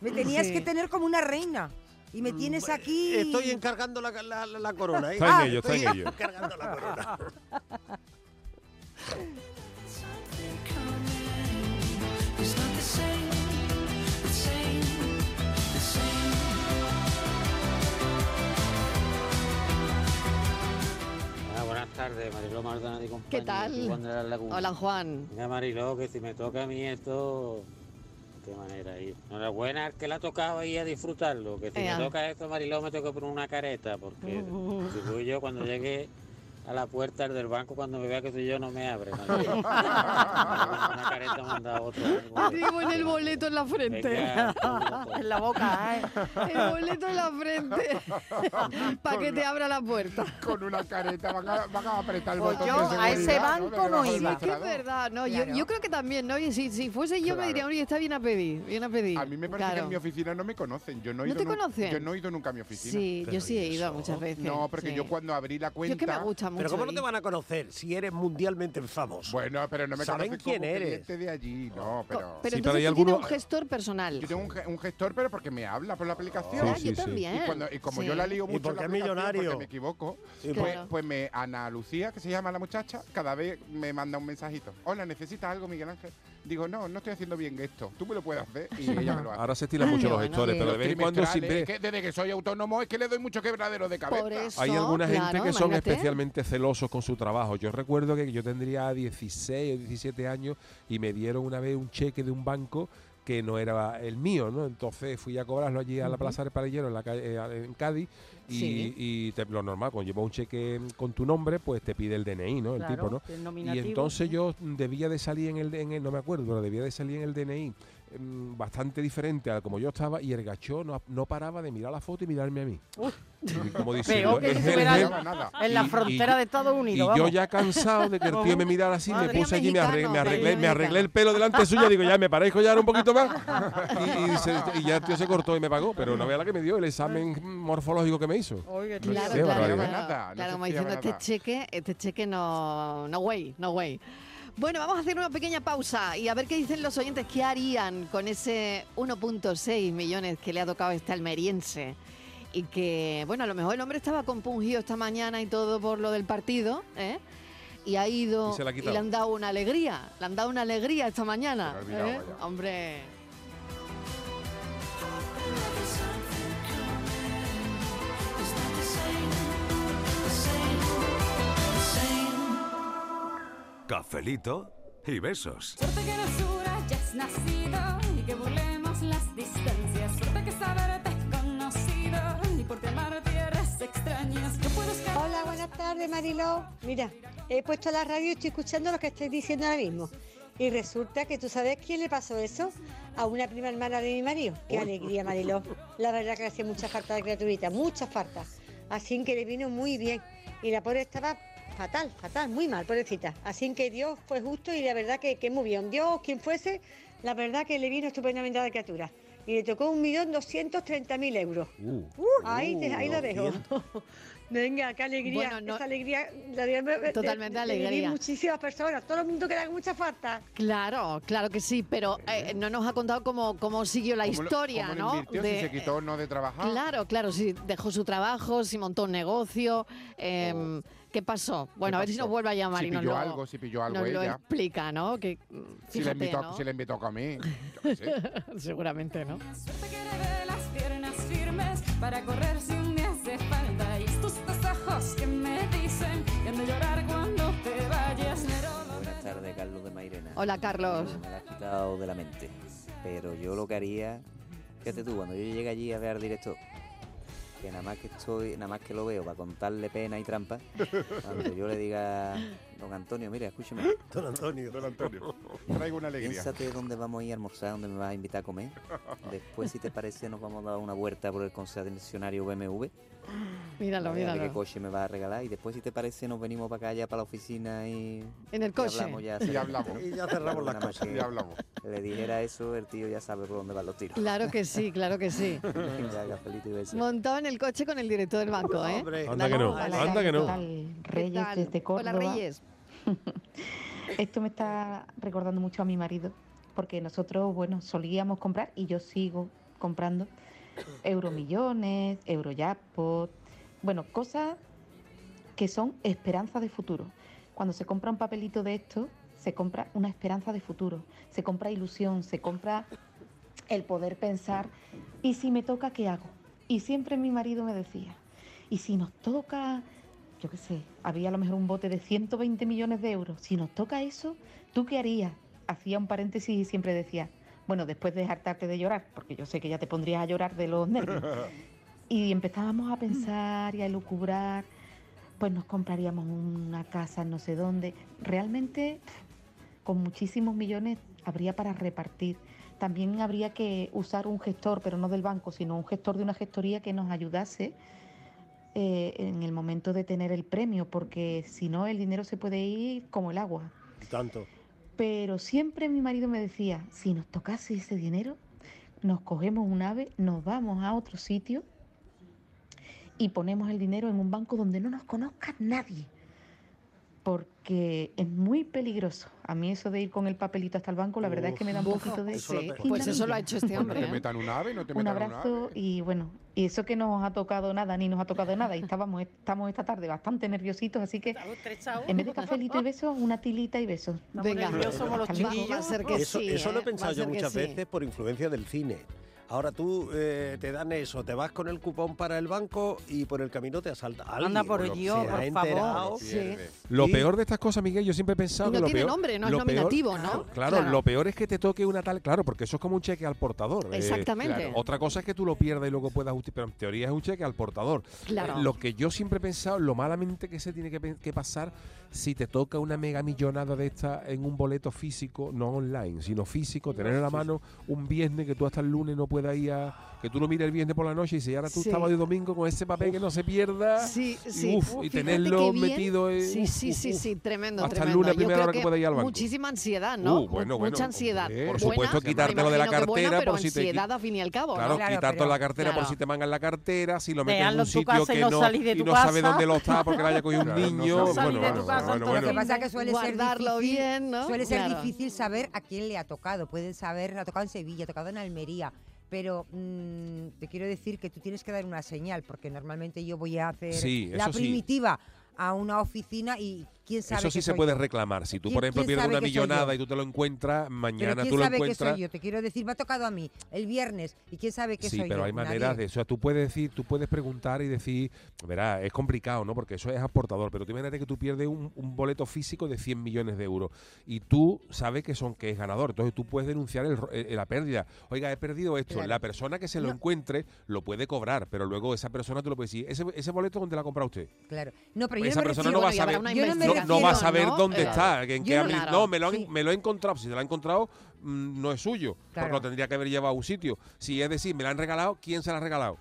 Me tenías Sí. que tener como una reina. Y me tienes aquí. Estoy encargando la, la- la- la corona. ¿eh? Está en Ah, ello, está en (laughs) estoy ello. encargando la corona. It's not the same, the same, the Ah, buenas tardes, Mariló Maldonado y compañía. ¿Qué tal? aquí Juan de la Laguna. Hola, Juan. Mira, Mariló, que si me toca a mí esto... Qué manera ahí. Enhorabuena al que le ha tocado ahí a disfrutarlo. Que si Ea. me toca esto, Mariló, me toca poner una careta. Porque Uh. si voy yo cuando llegue a la puerta el del banco cuando me vea que soy yo no me abre. maldito. Una careta manda a otro. Digo, en el boleto en la frente. (laughs) Venga, en la boca, ¿eh? El boleto en la (laughs) frente. Para que te abra la puerta. Con una careta, van a, van a apretar el Pues botón yo de seguridad, a ese banco Debajo no del iba. Sí, es que es mostrador. verdad, no, yo- yo, creo que también, ¿no? Y si, si fuese yo me diría, oye, está bien a pedir, bien a pedir. A mí me parece que en mi oficina no me conocen. Yo no, he ¿No ido te nun- conocen? Yo no he ido nunca a mi oficina. Sí, yo sí he ido muchas veces. No, porque sí. yo cuando abrí la cuenta... es que me gusta Pero mucho ¿cómo no ir. te van a conocer si eres mundialmente famoso? Bueno, pero no me ¿Saben conocen quién como eres? cliente de allí, no, pero... Pero entonces tú tienes un gestor personal. Yo tengo un, ge- un gestor, pero porque me habla por la aplicación. Ah, Sí, yo sí, sí. también. Y, cuando- y como Sí. yo la lío ¿Y mucho, en porque la es aplicación, millonario? Porque me equivoco. Sí, pues, claro. pues me, Ana Lucía, que se llama la muchacha, cada vez me manda un mensajito. Hola, ¿necesitas algo, Miguel Ángel? Digo, no, no estoy haciendo bien esto. Tú me lo puedes hacer y ella me lo hace. Ahora se estilan mucho los gestores, pero de vez en cuando Trimestrales, siempre es que desde que soy autónomo es que le doy mucho quebradero de cabeza. hay alguna gente que son especialmente celosos con su trabajo. Yo recuerdo que yo tendría 16 o 17 años y me dieron una vez un cheque de un banco que no era el mío, ¿no? Entonces fui a cobrarlo allí a la Ujú. Plaza del Parellero en, la calle- eh, en Cádiz y, Sí. y te- lo normal, cuando llevas un cheque con tu nombre, pues te pide el DNI, ¿no? El Claro, tipo, ¿no? el y nominativo. entonces entonces yo debía de salir en el, en el- no me acuerdo, pero debía de salir en el DNI mm, bastante diferente a como yo estaba y el gacho no, no paraba de mirar la foto y mirarme a mí. (laughs) Y como diciendo, Peor que si "Es el estuviera jefe". en, en Y- la y- frontera de Estados y Unidos. yo vamos. ya cansado de que el tío me mirara así, me Madre puse allí, me mexicano, arreglé, me arreglé, madre me arreglé el pelo delante suyo y digo, ya me parezco ya ahora un poquito más. Y, y se- y ya el tío se cortó y me pagó, pero no vea la que me dio, el examen morfológico que me hizo. Oye, No Claro, sé, claro, barbaridad. claro. Claro, como diciendo, este cheque, este cheque no, no way, no way. Bueno, vamos a hacer una pequeña pausa y a ver qué dicen los oyentes, qué harían con ese 1.6 millones que le ha tocado este almeriense. Y que, bueno, a lo mejor el hombre estaba compungido esta mañana y todo por lo del partido, ¿eh? Y ha ido Y se la ha y quitado. le han dado una alegría, le han dado una alegría esta mañana. Se lo ha olvidado, ¿eh? Hombre, Cafelito y besos. Suerte que no sura ya has nacido y que burlemos las distancias. Suerte que saberte es conocido y por ti amar tierras extrañas. Que puedo escapar. Hola, buenas tardes, Mariló. Mira, he puesto la radio y estoy escuchando lo que estáis diciendo ahora mismo. Y resulta que tú sabes quién le pasó eso a una prima hermana de mi marido. Qué alegría, Mariló. La verdad que le hacía mucha falta la criaturita, mucha falta. Así que le vino muy bien. Y la pobre estaba fatal, fatal, muy mal, pobrecita. Así que Dios fue justo y la verdad que, que muy bien. Dios, quien fuese, la verdad que le vino estupendamente a la criatura. Y le tocó 1.230.000 euros. ahí, te- ahí lo dejo. (laughs) Venga, qué alegría. Bueno, no- Esa alegría la dio- de- de- Totalmente de vivir alegría. muchísimas personas, todo el mundo que le haga mucha falta. claro, claro que sí, pero eh, no nos ha contado cómo, cómo siguió la ¿Cómo lo- historia, cómo lo ¿no? invirtió, si De- se quitó o no de trabajar? Claro, claro, si dejó su trabajo, si montó un negocio. em, ¿Qué pasó? Bueno, a ver si Oh. pasó? nos vuelve a llamar Si y nos pilló lo, algo, si pilló algo nos lo ella. explica, ¿no? Que, mm, Si le fíjate, invitó, ¿no? a- si le invitó a comer. (laughs) Seguramente, ¿no? de las piernas firmes para correr si un día hace falta. Y estos dos ojos que me dicen que han de llorar cuando te vayas. Buenas tardes, Carlos de Mairena. Hola, Carlos. Me la has quitado de la mente. Pero yo lo que haría, fíjate tú, cuando yo llegue allí a ver al director, que nada más que estoy, nada más que lo veo para contarle pena y trampa, cuando yo le diga, don Antonio, mira, escúchame. Don Antonio. Don Antonio, traigo una alegría. Piénsate dónde vamos a ir a almorzar, dónde me vas a invitar a comer. Después, si te parece, nos vamos a dar una vuelta por el concesionario BMW. Míralo, A ver a ver qué míralo. coche me va a regalar y después si te parece nos venimos para acá ya para la oficina y En el y coche. hablamos ya Y seriamente, hablamos. ¿no? Y ya cerramos las Nada más cosas. que Y hablamos. Le dijera eso, el tío ya sabe por dónde van los tiros. (laughs) Claro que sí, claro que sí. (laughs) Venga, cafelito y besos. Montado en el coche con el director del banco, ¿eh? Hombre. Anda que no, Dale. anda que no. ¿Qué Reyes tal? desde Córdoba. Hola, Reyes. Esto me está recordando mucho a mi marido, porque nosotros, bueno, solíamos comprar y yo sigo comprando euromillones, eurojackpot, bueno, cosas que son esperanzas de futuro. Cuando se compra un papelito de esto, se compra una esperanza de futuro, se compra ilusión, se compra el poder pensar, ¿y si me toca, qué hago? Y siempre mi marido me decía, ¿y si nos toca, yo qué sé, había a lo mejor un bote de 120 millones de euros, si nos toca eso, ¿tú qué harías? Hacía un paréntesis y siempre decía, bueno, después de hartarte de llorar, porque yo sé que ya te pondrías a llorar de los nervios. Y empezábamos a pensar y a lucubrar pues nos compraríamos una casa en no sé dónde. Realmente con muchísimos millones habría para repartir. También habría que usar un gestor, pero no del banco, sino un gestor de una gestoría que nos ayudase eh, en el momento de tener el premio, porque si no el dinero se puede ir como el agua. Y tanto. Pero siempre mi marido me decía, si nos tocase ese dinero, nos cogemos un ave, nos vamos a otro sitio y ponemos el dinero en un banco donde no nos conozca nadie, porque es muy peligroso. A mí eso de ir con el papelito hasta el banco, la verdad es que me da un Uf, poquito de... eso lo pe- pinganilla. pues eso lo ha hecho este Pues no hombre. te ¿eh? metan un ave, no te Un metan un abrazo y bueno, y eso que no os ha tocado nada, ni nos ha tocado nada, y estábamos, estamos esta tarde bastante nerviositos, así que en vez de cafelito y besos, una tilita y besos. Venga. Nerviosos somos los Hasta luego. chiquillos. Va a ser que eso, sí, eso lo he ¿eh? Va pensado a yo ser que muchas sí. veces por influencia del cine. Ahora tú eh, te dan eso, te vas con el cupón para el banco y por el camino te asalta alguien. Anda por Bueno, allí, se oh, ha por enterado. favor. Sí. Lo peor de estas cosas, Miguel, yo siempre he pensado Y no que lo tiene peor- nombre, no es lo peor- nominativo, ¿no? Claro, claro, Claro. lo peor es que te toque una tal, claro, porque eso es como un cheque al portador. eh, Exactamente. Claro. Otra cosa es que tú lo pierdas y luego puedas justificar, pero en teoría es un cheque al portador. Claro. Eh, lo que yo siempre he pensado, lo malamente que se tiene que, pe- que pasar si te toca una mega millonada de esta en un boleto físico, no online, sino físico, tener en la mano un viernes que tú hasta el lunes no puedas ir a que tú lo mires el viernes por la noche y si ahora tú Sí. sábado y domingo con ese papel que no se pierda Sí, (laughs) y sí. uf, y Fíjate tenerlo qué bien. metido en, Sí, uf, sí, uf, sí, uf. sí, tremendo, Hasta el tremendo. lunes, Yo primera creo hora que pueda ir al banco. Muchísima ansiedad, ¿no? Uh, bueno, Mu- bueno, Mucha ansiedad. hombre. Por Buena, supuesto, quitártelo me de la imagino que buena, cartera pero por si te qui- ansiedad a fin y al cabo, Claro, ¿no? quitarte la cartera Claro. por si te mangan la cartera, si lo metes en Déjalo un en tu sitio casa y que no no, salí de y tu no sabe casa. dónde lo está porque la haya cogido un Claro, no niño. salí de bueno, tu bueno, casa, bueno, entonces, bueno. ¿qué Lo que pasa es que suele Guardarlo ser difícil, bien, ¿no? Suele ser Claro. difícil saber a quién le ha tocado. Pueden saber, le ha tocado en Sevilla, ha tocado en Almería. Pero mm, te quiero decir que tú tienes que dar una señal, porque normalmente yo voy a hacer Sí, la eso sí. primitiva a una oficina y quién sabe. Eso que sí se soy puede yo. reclamar. Si tú, ¿Quién- por ejemplo, quién pierdes sabe una que soy yo? millonada y tú te lo encuentras, Pero mañana quién tú lo sabe que encuentras. soy yo. Te quiero decir, me ha tocado a mí el viernes y quién sabe que Sí, soy yo. pero hay Nadie. maneras de eso. O sea, tú puedes decir, tú puedes preguntar y decir, verá, es complicado, ¿no? Porque eso es aportador, pero tú imagínate que tú pierdes un, un boleto físico de 100 millones de euros y tú sabes que son que es ganador, entonces tú puedes denunciar el ro- eh, la pérdida. Oiga, he perdido esto. Claro. La persona que se lo No. encuentre lo puede cobrar, pero luego esa persona tú lo puedes decir, ese, ese boleto dónde la ha comprado usted. Claro. No, pero yo esa no me persona refiero- no va a bueno, y habrá saber, una no- no, investigación, va a saber ¿no? dónde Claro. está, Yo en qué no- administ- claro. no, me lo, han- me lo he encontrado, si se lo ha encontrado mm, no es suyo, Claro. porque lo tendría que haber llevado a un sitio. Si es decir, me lo han regalado, ¿quién se lo ha regalado?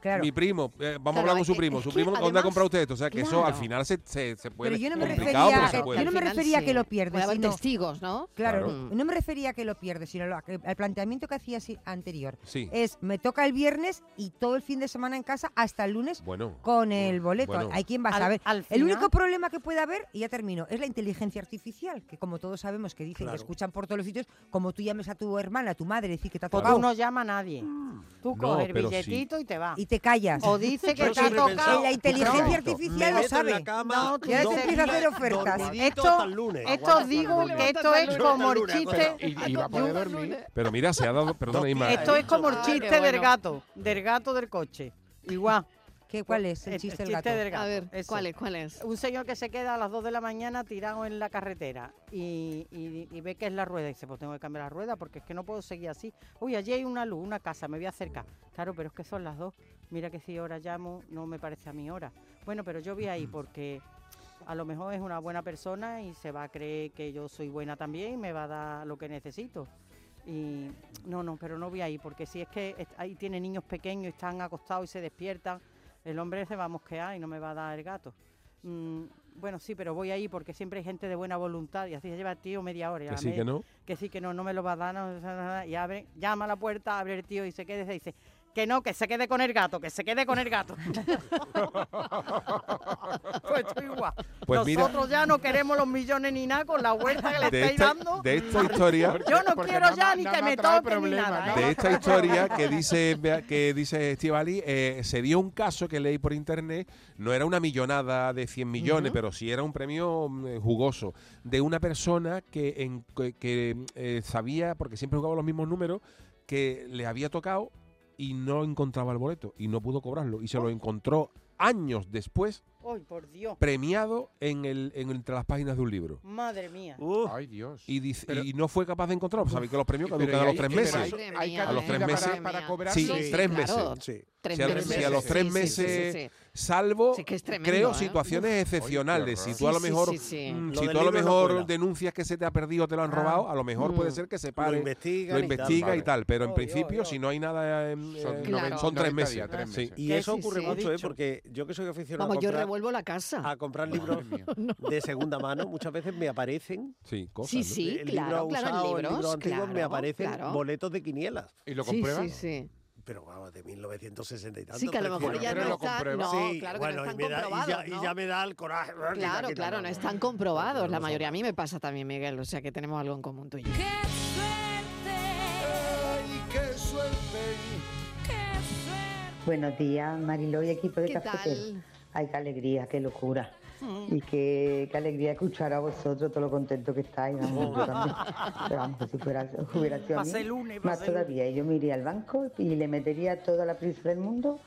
Claro. Mi primo, eh, vamos Claro, a hablar con su es- primo. es Su que primo, ¿dónde además- ha comprado usted esto? O sea, que eso al claro. final se, se, se puede. Pero yo no me complicado, refería, pero a- se puede. yo no me Al final refería a sí. que lo pierdes. Puede haber sino- testigos, ¿no? Claro, Claro. no me refería a que lo pierdes, sino lo- a que- al planteamiento que hacías i- anterior. Sí. Es, me toca el viernes y todo el fin de semana en casa hasta el lunes Bueno. con el boleto. bueno. Hay quien va a Al- saber. al el final- único problema que puede haber, y ya termino, es la inteligencia artificial, que como todos sabemos que dicen Claro. que escuchan por todos los sitios, como tú llames a tu hermana, a tu madre, decir que te ha Porque tocado. no llama a nadie. Tú No, coges el pero sí. billetito y te vas. Y te callas. O dice que Yo te ha siempre he pensado, tocado. La inteligencia Exacto. artificial Me lo meto en la sabe. cama, No, tú ya te no te empieza a hacer quitas, ofertas. dormidito Esto- hasta el lunes. esto Aguanta hasta el digo lunes. que esto es Levanta el como el lunes, chiste- aguanta. Y, y va a poder dormir. Pero mira, se ha dado. Perdona, Inma. Esto es como el Ay, qué chiste del bueno. gato, del gato del coche. Igual. ¿Qué, ¿Cuál es el chiste del gato? del gato, A ver, eso. ¿cuál es, Un señor que se queda a las 2 de la mañana tirado en la carretera y, y- y ve que es la rueda y dice, pues tengo que cambiar la rueda porque es que no puedo seguir así. Uy, allí hay una luz, una casa, me voy acercar. Claro, pero es que son las 2. Mira que si ahora llamo, no me parece a mi hora. Bueno, pero yo voy ahí porque a lo mejor es una buena persona y se va a creer que yo soy buena también y me va a dar lo que necesito. Y no, no, pero no voy ahí, porque si es que est- ahí tiene niños pequeños, y están acostados y se despiertan, el hombre se va a mosquear y no me va a dar el gato. Mm, bueno, sí, pero voy ahí porque siempre hay gente de buena voluntad y así se lleva el tío media hora. y a Que la sí, que media- no. Que sí, que no, no me lo va a dar. no, no, no, no, y abre, llama a la puerta, abre el tío y se quede y dice, que no, que se quede con el gato, que se quede con el gato. (laughs) pues estoy igual. Pues mira- Nosotros ya no queremos los millones ni nada con la huerta que le De estáis esta- dando. de esta historia- Yo no Porque quiero nada ya más- ni nada que me más trae toquen ni problemas, nada. de ¿eh? esta historia que dice que dice Estivali, eh, se dio un caso que leí por internet, no era una millonada de 100 millones, Ujú. pero sí era un premio mm, eh, jugoso, de una persona que, en- que- que, eh, sabía, porque siempre jugaba los mismos números, que le había tocado y no encontraba el boleto y no pudo cobrarlo y se lo encontró años después Ay, por Dios. premiado en el, en- entre las páginas de un libro. Madre mía. Uh. Ay, Dios. Y, dice- y no fue capaz de encontrarlo. Sabéis que los premios Pero caducan y a los hay- tres pero meses. hay- hay a los tres caducidad meses. para- para cobrar, Sí, sí, tres claro. meses. Sí. Tres si, a, meses. si a los Sí, tres sí, sí, meses, sí, sí. salvo, Sí que es tremendo, creo, ¿eh? situaciones Uf. excepcionales. Ay, qué si tú a lo horror. mejor, Sí, sí, sí, sí. mm, Lo si del tú a lo libro no mejor cuela. denuncias que se te ha perdido, te lo han Ah. robado, a lo mejor Mm. puede ser que se Lo pare, investigan lo y tal. investiga y Vale. tal, pero en Oy, principio, si no hay nada, eh, Son eh, Claro. son 90 tres meses. días, tres Sí. meses. Y Que eso sí, ocurre sí. mucho, ¿eh? Dicho. porque yo que soy aficionado Vamos, a yo comprar, revuelvo la casa. a comprar libros (laughs) de segunda mano, muchas veces me aparecen. Sí, cosas, Sí, ¿no? sí, el libro claro, claro, en usado, el libros, libro antiguo, me claro, aparecen claro. boletos de quinielas. ¿Y lo Sí, comprueban? sí, sí. Pero vamos, de 1960 y tanto. Sí, que a lo mejor ya no están. No, Sí, claro que bueno, no están y me da- y ya- comprobados. y ¿no? ya me da el coraje. Claro, claro, no están comprobados. La mayoría a mí me pasa también, Miguel. O sea que tenemos algo en común tú y yo. ¡Ay, qué suerte! Buenos días, Mariló y equipo de ¿Qué Cafetero. tal? Ay, qué alegría, qué locura. Mm. Y qué, qué alegría escuchar a vosotros todo lo contento que estáis. Vamos, yo (laughs) también. Pero vamos, si fuera, hubiera sido a Va a ser mí, lunes, va a más ser lunes. todavía. Yo me iría al banco y le metería toda la prisa del mundo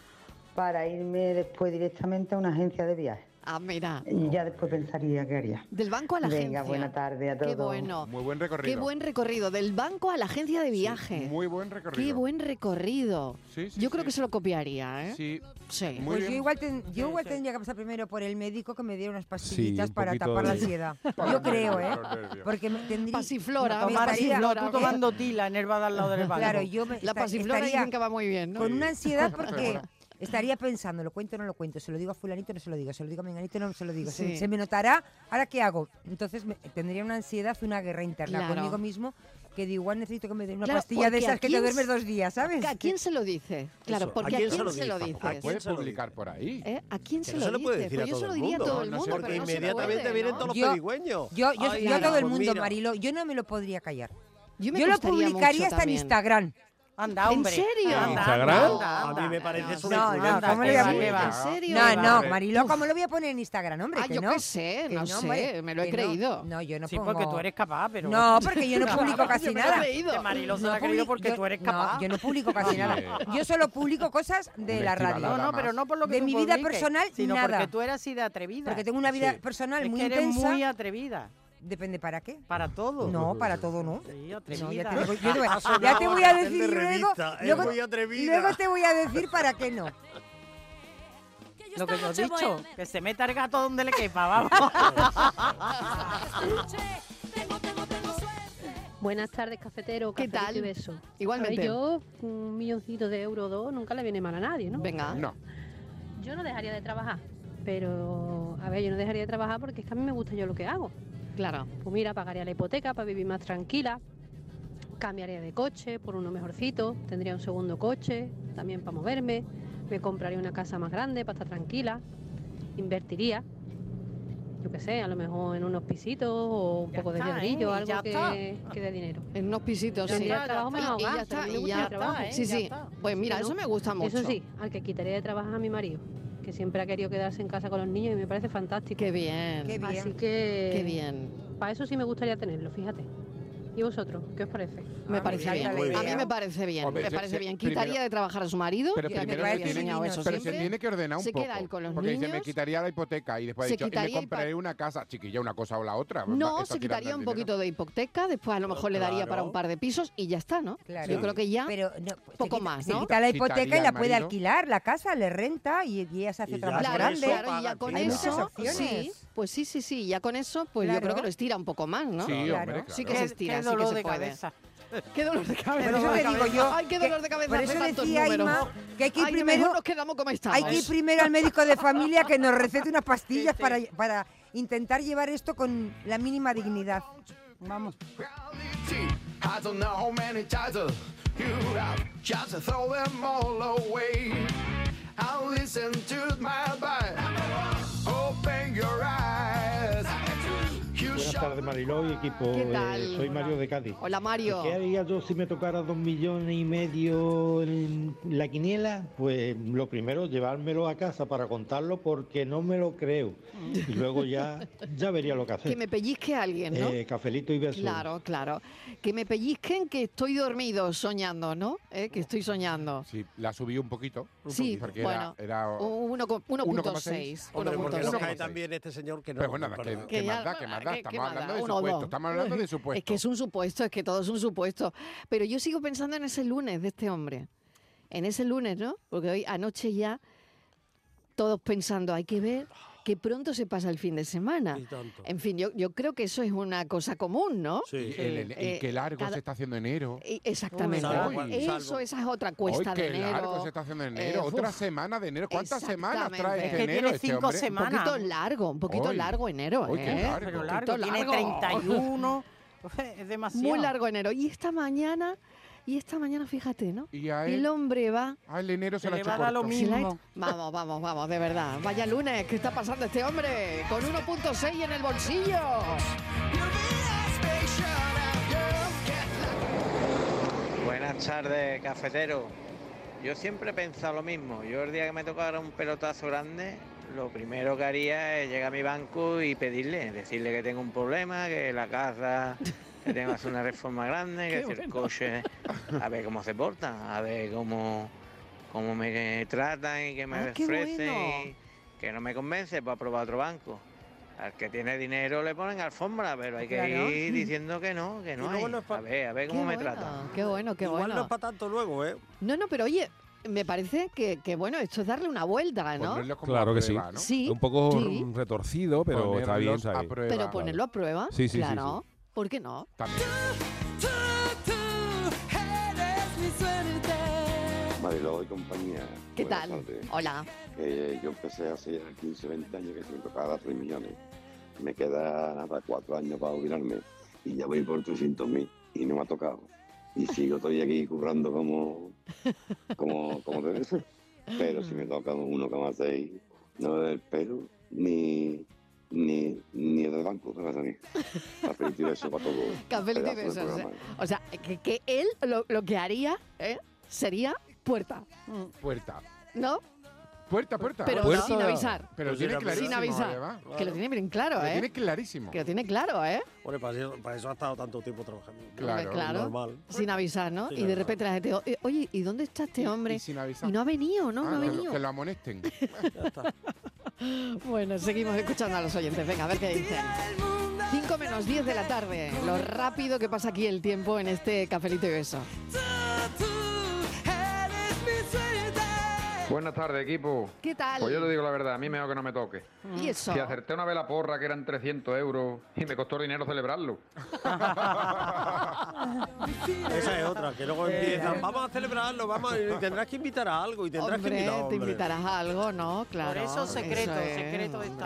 para irme después directamente a una agencia de viajes. Ah, mira. Y ya después pensaría qué haría. Del banco a la Venga, agencia. buena tarde a todos. Qué bueno. Muy buen Qué recorrido. buen recorrido. Del banco a la agencia de viaje. muy buen recorrido. Qué buen recorrido. Sí, sí, yo creo sí. que se lo copiaría, ¿eh? Sí. Sí. Muy pues bien. yo igual, ten- yo Sí, igual sí. tendría que pasar primero por el médico que me diera unas pastillitas un para poquito tapar la de- ansiedad. Para yo los creo, nervios, ¿eh? para los nervios. Porque me tendría... Pasiflora, me tomar estaría- pasiflora, me- tú tomando tila, enerva al lado del banco. Claro, yo me La esta- pasiflora estaría dicen que va muy bien, ¿no? Con Sí. una ansiedad Pero porque bueno. estaría pensando, lo cuento o no lo cuento, se lo digo a fulanito no se lo digo, se lo digo a menganito no se lo digo, se, Sí. se me notará, ¿ahora qué hago? Entonces me- tendría una ansiedad, una guerra interna Claro. conmigo mismo que digo, igual necesito que me den una Claro, pastilla de porque ¿a esas que te quién duermes se- dos días, ¿sabes? ¿A quién se lo dice? Claro, Eso, ¿a porque ¿a quién quién, se lo se lo dice? dices? Puedes publicar por ahí. ¿Eh? ¿A quién se Que lo, no se lo puede dices? decir a Pues yo se todo lo el diría a mundo. todo el No, no mundo. se pero puede. no se inmediatamente puede, vienen ¿no? todos los Yo, pedigüeños. yo, yo, Ay, yo a mira, todo el pues mundo, mira. Marilo, yo no me lo podría callar. Yo, me lo gustaría publicaría mucho hasta en también. Instagram. Anda, hombre. ¿En serio? Anda, ¿Instagram? anda, anda, anda. A mí me parece eso No, de no, ¿cómo le voy a poner? No, no, Marilo, ¿cómo lo voy a poner en Instagram, hombre? Ah, que yo no. qué sé, Que no sé, hombre, me lo he que no. creído. No, yo no Sí, pongo... porque tú eres capaz, pero... No, porque (laughs) yo no (laughs) publico casi Yo me lo he nada. creído. Que Mariló se lo ha publi- creído porque yo- tú eres no, capaz. yo no publico casi nada. Yo solo publico cosas de la radio. No, no, pero no por lo que De tú mi vida publiques, personal, sino nada. porque tú eres así de atrevida. Porque tengo una vida Sí. personal Es muy que eres intensa. muy atrevida. Depende para qué. Para todo. No, para todo no. Sí, No, atrevida. ya, te, digo- (laughs) yo te voy- Ha sonado ya te voy a cartel de decir luego, revista, es luego, muy atrevida. luego te voy a decir para qué no. Lo que yo noche he voy a dicho, que se meta el gato donde le (laughs) quepa, vamos. Buenas tardes, cafetero, ¿Qué cafetito tal? y beso. Igualmente. A ver, yo, un milloncito de euro o dos nunca le viene mal a nadie, ¿no? Venga. No. Yo no dejaría de trabajar, pero, a ver, yo no dejaría de trabajar porque es que a mí me gusta yo lo que hago. Claro. Pues mira, pagaría la hipoteca para vivir más tranquila, cambiaría de coche por uno mejorcito, tendría un segundo coche también para moverme, me compraría una casa más grande para estar tranquila, invertiría, yo qué sé, a lo mejor en unos pisitos o un poco de está, ladrillo, ¿eh? Ya algo que, está. que dé dinero. En unos pisitos, Ya sí. está, trabajo Y- menos y ya gasto, está, a mí me y gusta ya el trabajo, ¿eh? está. Sí, ya sí. está. Pues mira, Sí, eso ¿no? me gusta mucho. Eso sí, al que quitaría de trabajar a mi marido, que siempre ha querido quedarse en casa con los niños y me parece fantástico. Qué bien. Qué Así bien. que... Qué bien. Para eso sí me gustaría tenerlo, fíjate. ¿Y vosotros? ¿Qué os parece? Me parece bien. A mí me parece bien. Hombre, me se- parece se- bien. primero- Quitaría de trabajar a su marido. Pero que a mí primero me se había tiene, enseñado eso pero se siempre. tiene que ordenar un Se poco. queda él con los porque dice, me niños. quitaría la hipoteca y después ha Se dicho, y me quitaría compraré una casa. Chiquilla, una cosa o la otra. No, Va- está se quitaría tirando un el poquito de hipoteca, después a lo mejor le daría para un par de pisos y ya está, ¿no? Claro. Yo creo que ya Pero poco más, Se ¿no? quita la hipoteca y la puede alquilar, la casa le renta y, y ella se hace trabajo Claro, grande. claro, y ya con Hay muchas eso, opciones. sí, pues sí, sí, sí, ya con eso, pues yo Claro. creo que lo estira un poco más, ¿no? Sí, hombre, Claro. claro. Sí que se Qué- estira, qué sí que dolor se de puede. cabeza. Qué dolor de cabeza. Por eso te digo yo. Ay, qué que- dolor de cabeza. Por de eso tantos decía números. Inma que hay que ir Ay, primero. mejor nos quedamos como estamos. Hay que ir primero al médico de familia que nos recete unas pastillas para, para intentar llevar esto con la mínima dignidad. Vamos. I don't know how many titles you have, just throw them all away. I'll listen to my body. Open your eyes. You Buenas shall tardes, Mariló y equipo. ¿Qué Eh, tal? soy Mario de Cádiz. Hola, Mario. ¿Qué haría yo si me tocara dos millones y medio en la quiniela? Pues lo primero, llevármelo a casa para contarlo porque no me lo creo. Y luego ya, ya vería lo que hacer. Mm. (laughs) Que me pellizque alguien, ¿no? Eh, cafelito y besos. Claro, claro. Que me pellizquen que estoy dormido soñando, ¿no? Eh, Que estoy soñando. Sí, la subí un poquito. un Sí, poquito, porque bueno, era, era un uno con- 1.6. 1,6. Hombre, porque nos 1.6. cae también este señor que no. Pero bueno, que- perdón. que ya- más da, que más da? ¿qué- Estamos qué más hablando da? de Uno o supuesto, dos. estamos hablando (laughs) de Es supuesto. que es un supuesto, es que todo es un supuesto. Pero yo sigo pensando en ese lunes de este hombre. en ese lunes, ¿no? Porque hoy anoche ya todos pensando, hay que ver que pronto se pasa el fin de semana. tanto. En fin, yo, yo creo que eso es una cosa común, ¿no? Y el- el- y Eh, qué largo cada- se está haciendo enero. y- Exactamente. Uy. Eso, esa es otra cuesta Hoy, qué de enero. largo se está haciendo enero. Eh, Otra uf. semana de enero. ¿Cuántas semanas trae Exactamente. este enero este hombre? Un poquito largo, un poquito Hoy. largo enero, Hoy, qué ¿eh? largo. Pero Un largo, poquito tiene (laughs) (laughs) 31. es demasiado. Muy largo enero. Y esta mañana, y esta mañana, fíjate, ¿no? Y a él- El hombre va... Al Ah, enero se, la ha hecho corto. Vamos, vamos, vamos, de verdad. Vaya lunes, ¿qué está pasando este hombre? Con 1.6 en el bolsillo. Buenas tardes, cafetero. Yo siempre he pensado lo mismo. Yo el día que me tocara un pelotazo grande, lo primero que haría es llegar a mi banco y pedirle, decirle que tengo un problema, que la casa, que tengo que hacer una reforma grande, que Qué si el bueno. coche, a ver cómo se porta, a ver cómo, cómo me tratan y que me Ah, qué ofrecen, bueno. y que no me convence para probar otro banco. Al que tiene dinero le ponen alfombra, pero hay que Claro. ir diciendo que no, que no luego hay. no a ver, a ver Qué cómo me bueno, tratan. Qué bueno, qué bueno. tanto luego, ¿eh? No, no, pero oye, me parece que, que, bueno, esto es darle una vuelta, ¿no? Ponerlo como Claro a que sí. prueba, ¿no? Sí, Un poco sí. mm, retorcido, pero está bien, Ponerlos está a bien. prueba. Pero ponerlo a prueba, Sí, sí, sí, claro. ¿Por qué no? Mariló y compañía. ¿Qué buenas tal? tardes. Hola. Eh, yo empecé hace ya 15, 20 años que se me tocaba 3 millones. Me queda nada, 4 años para jubilarme. Y ya voy por 300 mil. Y no me ha tocado. Y sigo todavía aquí currando como. como. como debe ser. Pero si me toca 1,6, no es el pelo ni. ni. ni del banco que va a salir. La felicidad eso para todo. Cafelito y Pedazo de besos. O sea, programa. o sea, que, que él lo, lo que haría ¿eh? sería puerta, Mm. Puerta. ¿no? Puerta, puerta. Pero Puerta. sin avisar. Pero Pues lo tiene clarísimo. Sin avisar. además. Que lo tiene bien claro, Lo ¿eh? tiene clarísimo. Que lo tiene claro, ¿eh? Bueno, para eso, para eso ha estado tanto tiempo trabajando. Porque, claro, Normal. sin avisar, ¿no? Sin y de avisar. repente la gente, o- eh, oye, ¿y dónde está este Y- hombre? y sin avisar. Y no ha venido, ¿no? Ah, no ha que lo- venido. Que (laughs) lo amonesten. Bueno, seguimos escuchando a los oyentes. Venga, a ver qué dicen. 5 menos 10 de la tarde. Lo rápido que pasa aquí el tiempo en este cafelito y beso. Buenas tardes, equipo. ¿Qué tal? Pues yo te digo la verdad, a mí mejor que no me toque. ¿Y eso? Si acerté una vez la porra que eran 300 euros y me costó dinero celebrarlo. (laughs) Esa es otra, que luego Eh, empiezan, claro. vamos a celebrarlo, vamos a... y tendrás que invitar a algo y tendrás que Hombre, invitar a te invitarás a algo, ¿no? Claro. eso secreto, es, secreto de hombre.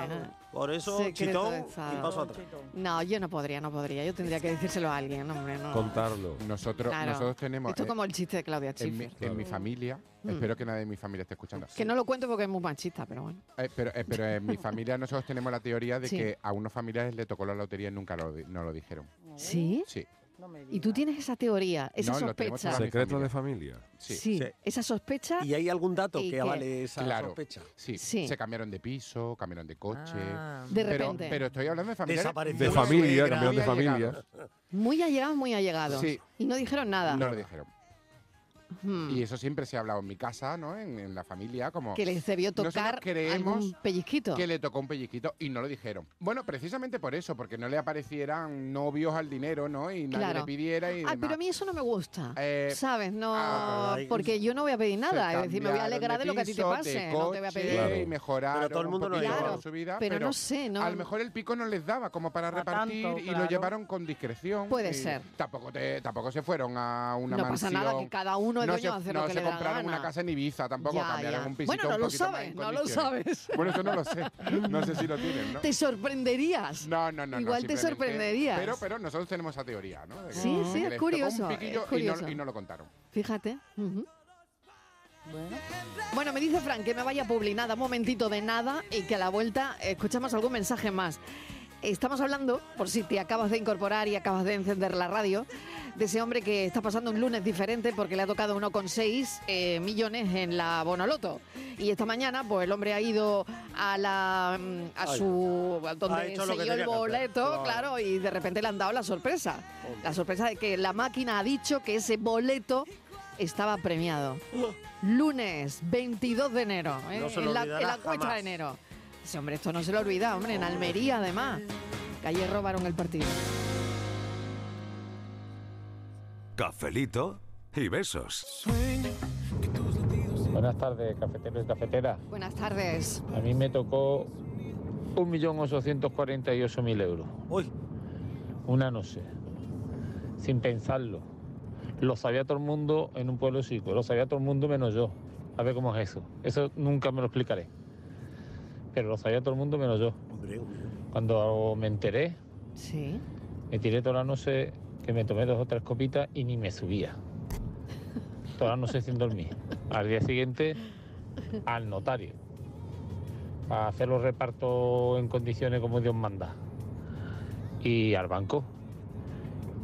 Por eso, Secreto chitón de y Estado. paso atrás. No, yo no podría, no podría. Yo tendría que decírselo a alguien, hombre, no. Contarlo. Nosotros, Claro. nosotros tenemos. Esto eh, como el chiste de Claudia en mi, Schiffer. en mi familia, Mm. espero que nadie de mi familia esté escuchando. Que no lo cuento porque es muy machista, pero bueno. Eh, pero, eh, pero en mi familia nosotros tenemos la teoría de Sí. que a unos familiares le tocó la lotería y nunca lo, di- no lo dijeron. ¿Sí? Sí. Y tú tienes esa teoría, esa No, lo tenemos sospecha. toda mi Secreto de familia. Sí. esa sospecha. ¿Y hay algún dato y que avale esa Claro, sospecha? Sí. Sí. se cambiaron de piso, cambiaron de coche. Ah. De Pero- repente. Pero, estoy hablando de familia. Desapareció De familia, cambiaron de familia. Muy allegados, muy allegados. Sí. Y no dijeron nada. No lo dijeron. Hmm. Y eso siempre se ha hablado en mi casa, ¿no? En, en la familia, como... Que les debió Nosotros tocar creemos algún pellizquito. que le tocó un pellizquito y no lo dijeron. Bueno, precisamente por eso, porque no le aparecieran novios al dinero, ¿no? Y nadie Claro. Ah, le pidiera y Ay, demás. pero a mí eso no me gusta. Eh, ¿Sabes? No, ah, pero hay- porque yo no voy a pedir nada. Se Es decir, me voy a cambiaron alegrar de, lo que a ti te piso, de pase. no te voy a coche pedir. Y mejoraron Pero todo el mundo un lo poquito llevaba. su vida. Pero no sé, ¿no? A lo mejor el pico no les daba como para Para repartir tanto, y claro. lo llevaron con discreción. Puede y ser. Tampoco, te- tampoco se fueron a una no pasa mansión. nada, que cada uno es no dueño se, de hacer no lo que se le da la compraron una gana. casa en Ibiza, tampoco Ya, cambiaron ya. un pisito Bueno, no un lo poquito más sabes, en no lo condiciones. sabes. (laughs) Bueno, eso no lo sé. No sé si lo tienen, ¿no? Te sorprenderías. No, no, no. no, Igual te simplemente- sorprenderías. Pero, pero nosotros tenemos esa teoría, ¿no? De que- Sí, sí, que es les tocó curioso, Un piquillo es y no- curioso. y no lo contaron. Fíjate. ujú. Bueno. me dice Frank que me vaya a publi, nada, un momentito de nada y que a la vuelta escuchamos algún mensaje más. Estamos hablando, por si te acabas de incorporar y acabas de encender la radio, de ese hombre que está pasando un lunes diferente porque le ha tocado 1,6 eh, millones en la Bonoloto. Y esta mañana, pues el hombre ha ido a la mm, a Ay. su a Ha donde hecho lo se que dio el tenía que hacer. boleto, Claro. claro, y de repente le han dado la sorpresa. La sorpresa de que la máquina ha dicho que ese boleto estaba premiado. Lunes 22 de enero, ¿eh? No se lo en, la, en olvidará la cuesta jamás. de enero. Ese hombre, esto no se lo olvida, hombre, en Almería además. Que ayer robaron el partido. Cafelito y besos. Sueño que tus Buenas tardes, cafeteros y cafeteras. Buenas tardes. A mí me tocó 1.848.000 euros. Uy. Una noche. Sin pensarlo. Lo sabía todo el mundo en un pueblo chico. Lo sabía todo el mundo menos yo. A ver cómo es eso. Eso nunca me lo explicaré. Pero lo sabía todo el mundo menos yo. Cuando me enteré, Sí. me tiré toda la noche que me tomé dos o tres copitas y ni me subía. Toda la noche sin dormir. Al día siguiente, al notario. A hacer los repartos en condiciones como Dios manda. Y al banco.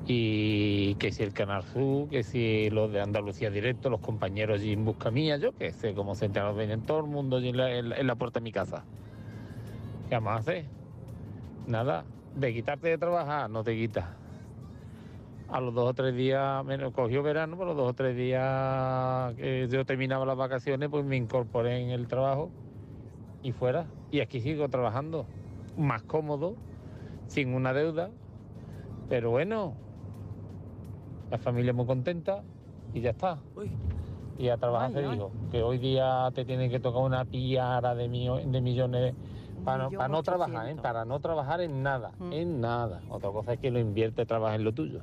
Y que si el Canal Sur, que si los de Andalucía Directo, los compañeros allí en busca mía, yo que sé cómo se enteran, vienen todo el mundo allí en la, en la- en la puerta de mi casa. ¿Qué más hace? Nada, de quitarte de trabajar, no te quita. A los dos o tres días, menos cogió verano, pero los dos o tres días que yo terminaba las vacaciones, pues me incorporé en el trabajo y fuera. Y aquí sigo trabajando, más cómodo, sin una deuda. Pero bueno, la familia muy contenta y ya está. Y a trabajar Ay, se ay. dijo, que hoy día te tiene que tocar una piara de, millo- de millones para, no- millón para no trabajar, ¿eh? 800. para no trabajar en nada, Mm. en nada. Otra cosa es que lo invierte, trabaja en lo tuyo.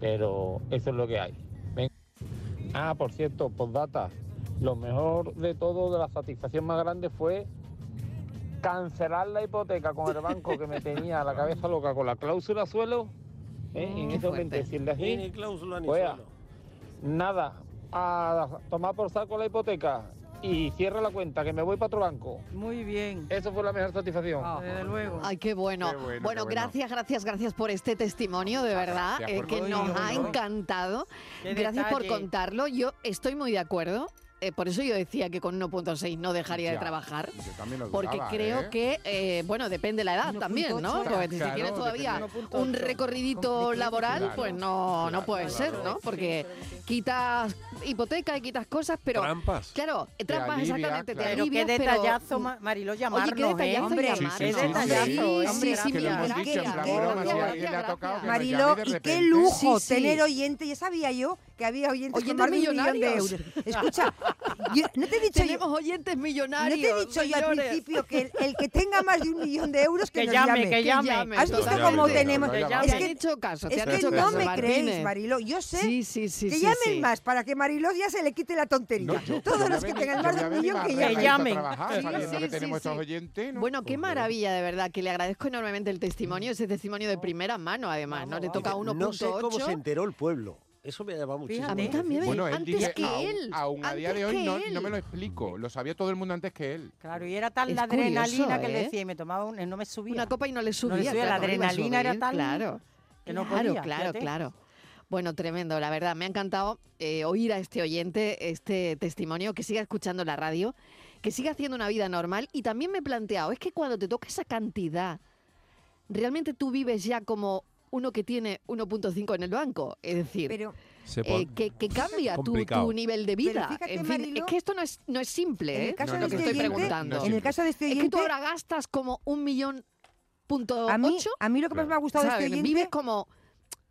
Pero eso es lo que hay. Ven- Ah, por cierto, postdata, lo mejor de todo, de la satisfacción más grande fue cancelar la hipoteca con el banco que me tenía la cabeza loca con la cláusula suelo. ¿eh? Mm, en qué eso me fuerte. decirle así. Ni cláusula ni pues, suelo. Nada, a tomar por saco la hipoteca y cierra la cuenta, que me voy para otro banco. Muy bien. Eso fue la mejor satisfacción. desde luego. Ay, qué bueno. Qué bueno, qué bueno, bueno. gracias, gracias, gracias por este testimonio, de verdad, Gracias eh, por que contarlo. nos ha Ay, no. encantado. Qué Gracias por detalle. contarlo. Yo estoy muy de acuerdo. eh, por eso yo decía que con 1.6 no dejaría de Ya, trabajar. yo también lo Porque dudaba, creo ¿eh? que, eh, bueno, depende la edad también, ¿no? 1.8. Porque si Claro, tienes todavía depende. 1.8. un recorridito laboral, Claro, pues no, no claro, puede claro. ser, ¿no? Porque quitas hipoteca y quitas cosas, pero... Trampas. Claro, eh, trampas alivia, exactamente, te claro. Pero qué alivias, detallazo, Ma- Mariló, llamarnos, Oye, qué detallazo ¿eh? Hombre, llamarnos. qué detallazo, hombre, que lo gracias. hemos dicho en plan broma, si a alguien le ha tocado que nos llame Mariló, de y qué repente. lujo Sí, sí. tener oyente. Ya sabía yo que había oyentes, con Oyentes más de un millón de millonarios. euros. (laughs) Escucha, yo- no te he dicho Tenemos yo, oyentes No te millonarios, he dicho yo al señores. principio que el, el que (laughs) tenga más de un millón de euros que, Que nos llame, llame. que llame. ¿Has visto Totalmente. cómo Que tenemos? llame. Es Te han que, hecho caso, te es han que hecho no caso, me Martínez. creéis, Mariló. Yo sé Sí, sí, sí, que sí, llamen sí. más para que Mariló ya se le quite la tontería. Todos los que tengan más de un millón que llamen. Sí, sí, sí, sí. Bueno, qué maravilla, de verdad, que le agradezco enormemente el testimonio, ese testimonio de primera mano, además, ¿no? Le toca Mm. No sé cómo se 1.8. enteró el pueblo. Eso me llamado muchísimo. A mí también, Bueno, él antes dice, que aún, él. aún a día de hoy antes no, que él. no me lo explico. Lo sabía todo el mundo antes que él. Claro, y era tal Es la adrenalina curioso, que le ¿eh? decía y me tomaba un, no me subía. Una copa y no le la subía. claro, no iba a adrenalina era subir, tal Claro, que no claro, podía, claro, fíjate. claro. Bueno, tremendo, la verdad. Me ha encantado eh, oír a este oyente este testimonio, que siga escuchando la radio, que siga haciendo una vida normal. Y también me he planteado, es que cuando te toca esa cantidad, realmente tú vives ya como uno que tiene 1.5 en el banco. Es decir, Se eh, pon- que, que cambia tu- tu, Complicado. nivel de Pero vida. fíjate, en fin, Mariló, es que esto no es, no en es el simple, ¿eh? caso No, no, lo de que este estoy oyente- preguntando. en el caso de este Es que tú oyente- ahora gastas como un millón punto A mí- ocho. a mí lo que más me ha gustado de este ¿Sabes? oyente- Vives como...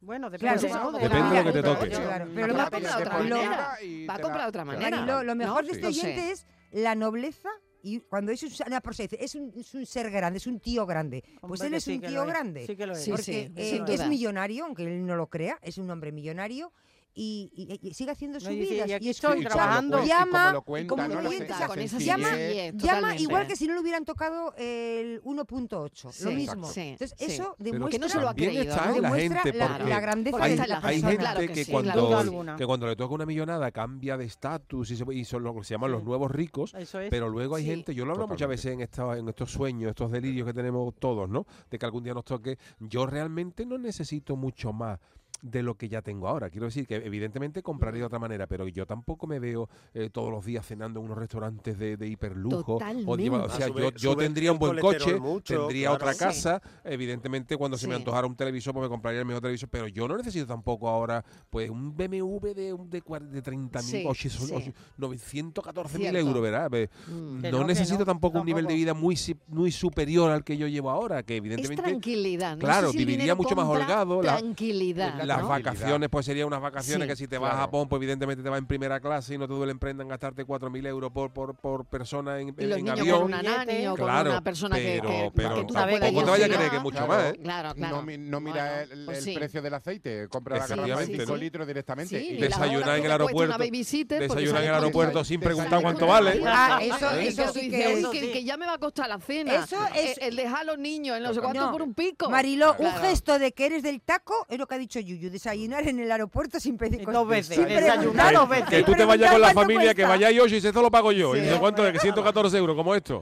Bueno, Claro, ¿no? depende Claro, de lo que te claro, toque. claro. Pero Pero lo va a más- comprar de otra lo- manera. Va a comprar de otra manera. Mariló, lo mejor ¿no? de este No sé. oyente es la nobleza. Y cuando es un, una persona, dice, es un, es un ser grande, es un tío grande. Pues Hombre, él que es sí un que tío lo es, grande. sí que lo es. Sí, porque sí, eh, sin es duda. millonario, aunque él no lo crea, es un hombre millonario. Y, y- y sigue haciendo su y dice, vida. y aquí escucha, estoy trabajando. Y como Llama, lo cuenta, como ¿no? lo La cuenta, sencillez, con esa sí, llama, es, llama totalmente. igual que si no le hubieran tocado el 1.8. lo Sí, mismo. sí, Entonces, sí. eso Pero demuestra, que no se lo ha Bien creído, está ¿no? en la Demuestra gente la- porque la grandeza hay, de la hay persona. gente Claro que, que sí, cuando, sin duda alguna. que cuando le toca una millonada cambia de estatus y, se- y son lo que se llaman los nuevos ricos, Eso es. pero luego hay Sí. gente, yo lo hablo muchas veces en, esta- en estos sueños, estos delirios que tenemos todos, ¿no? De que algún día nos toque, yo realmente no necesito mucho más de lo que ya tengo ahora. Quiero decir que evidentemente compraré de otra manera, pero yo tampoco me veo eh, todos los días cenando en unos restaurantes de, de hiperlujo. O, Totalmente. lleva- o sea, Ah, sube- yo, yo sube tendría el un buen colesterol coche, mucho, tendría claro. otra Sí. casa, Evidentemente, cuando se me Sí. antojara un televisor, pues me compraría el mejor televisor, pero yo no necesito tampoco ahora pues un BMW de, un- de, cuar- de 30.000, Sí, ocho- sí. ocho- 914.000 Cierto. euros, ¿verdad? Ve, Mm. Que No no, que necesito no, tampoco un nivel de vida muy, si- muy superior al que yo llevo ahora, que Es evidentemente... tranquilidad. No Claro, sé si el viviría dinero mucho más compra holgado. la- Tranquilidad. la, las ¿no? vacaciones, pues serían unas vacaciones Sí. que si te vas a Claro. Japón, pues evidentemente te vas en primera clase y no te duele en prenda en gastarte 4.000 euros por, por, por persona en, Y los en niños avión. con una nani o con Claro, una persona que- pero, que, pero que tú tampoco puedas te vayas a llevar. creer que mucho más, ¿eh? Claro, claro. No, mi- no mira el, el pues sí. precio del aceite, compra la garrafa de Efectivamente, 5 ¿no? litros directamente. Sí, y ni la Desayunar hora en que el te cuesta una aeropuerto. babysitter, porque Desayunar en el sale con- aeropuerto sin preguntar cuánto vale. Ah, eso- ¿Eh? eso tú sí dices, que- "Uy, eso que, sí. que ya me va a costar la cena. Eso Eh, es- El, dejar a los niños en no sé cuánto No. por un pico. Mariló, un Claro. gesto de que eres del taco es lo que ha dicho Yuyu. Desayunar en el aeropuerto sin pedir Dos veces, sin preguntar. desayunar dos veces. Que tú te vayas con la familia, que cuesta. vayáis hoy y dices, esto lo pago yo. y dices, ¿cuánto? es? 114 euros, como esto.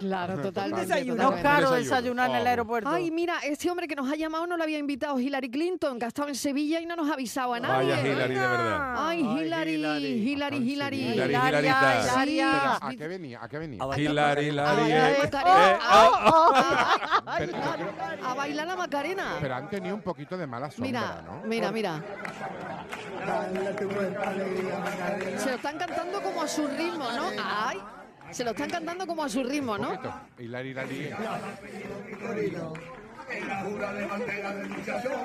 Claro, totalmente. totalmente. desayuno. No, caro Un desayuno. desayunar en el Vamos. aeropuerto. Ay, mira, este hombre que nos ha llamado no lo había invitado Hillary Clinton, que ha estado en Sevilla y no nos ha avisado a nadie. Vaya Hillary, de verdad. Ay, Hillary, Hillary, Hillary. Hillary, Hilaria, Hilarita. Pero, ¿A qué venía? ¿A qué venía? Hilari, Ay, Hilari. eh. Macarena. Eh, Ah, ah, ah, ah, ah, A bailar la Macarena. Pero han tenido un poquito de mala sombra, Mira, ¿no? mira, mira. Se lo están cantando como a su ritmo, ¿no? Ay, se lo están cantando como a su ritmo, ¿no? Hilari, Hilari.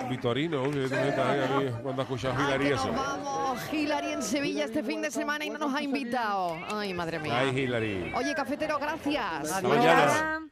Vitorino, que tú metes ahí, aquí, cuando escuchas Hilary eso. Oh, Hillary en Sevilla este fin de semana y no nos ha invitado. Ay, madre mía. Ay, Hilary. Oye, cafetero, gracias. Hasta mañana.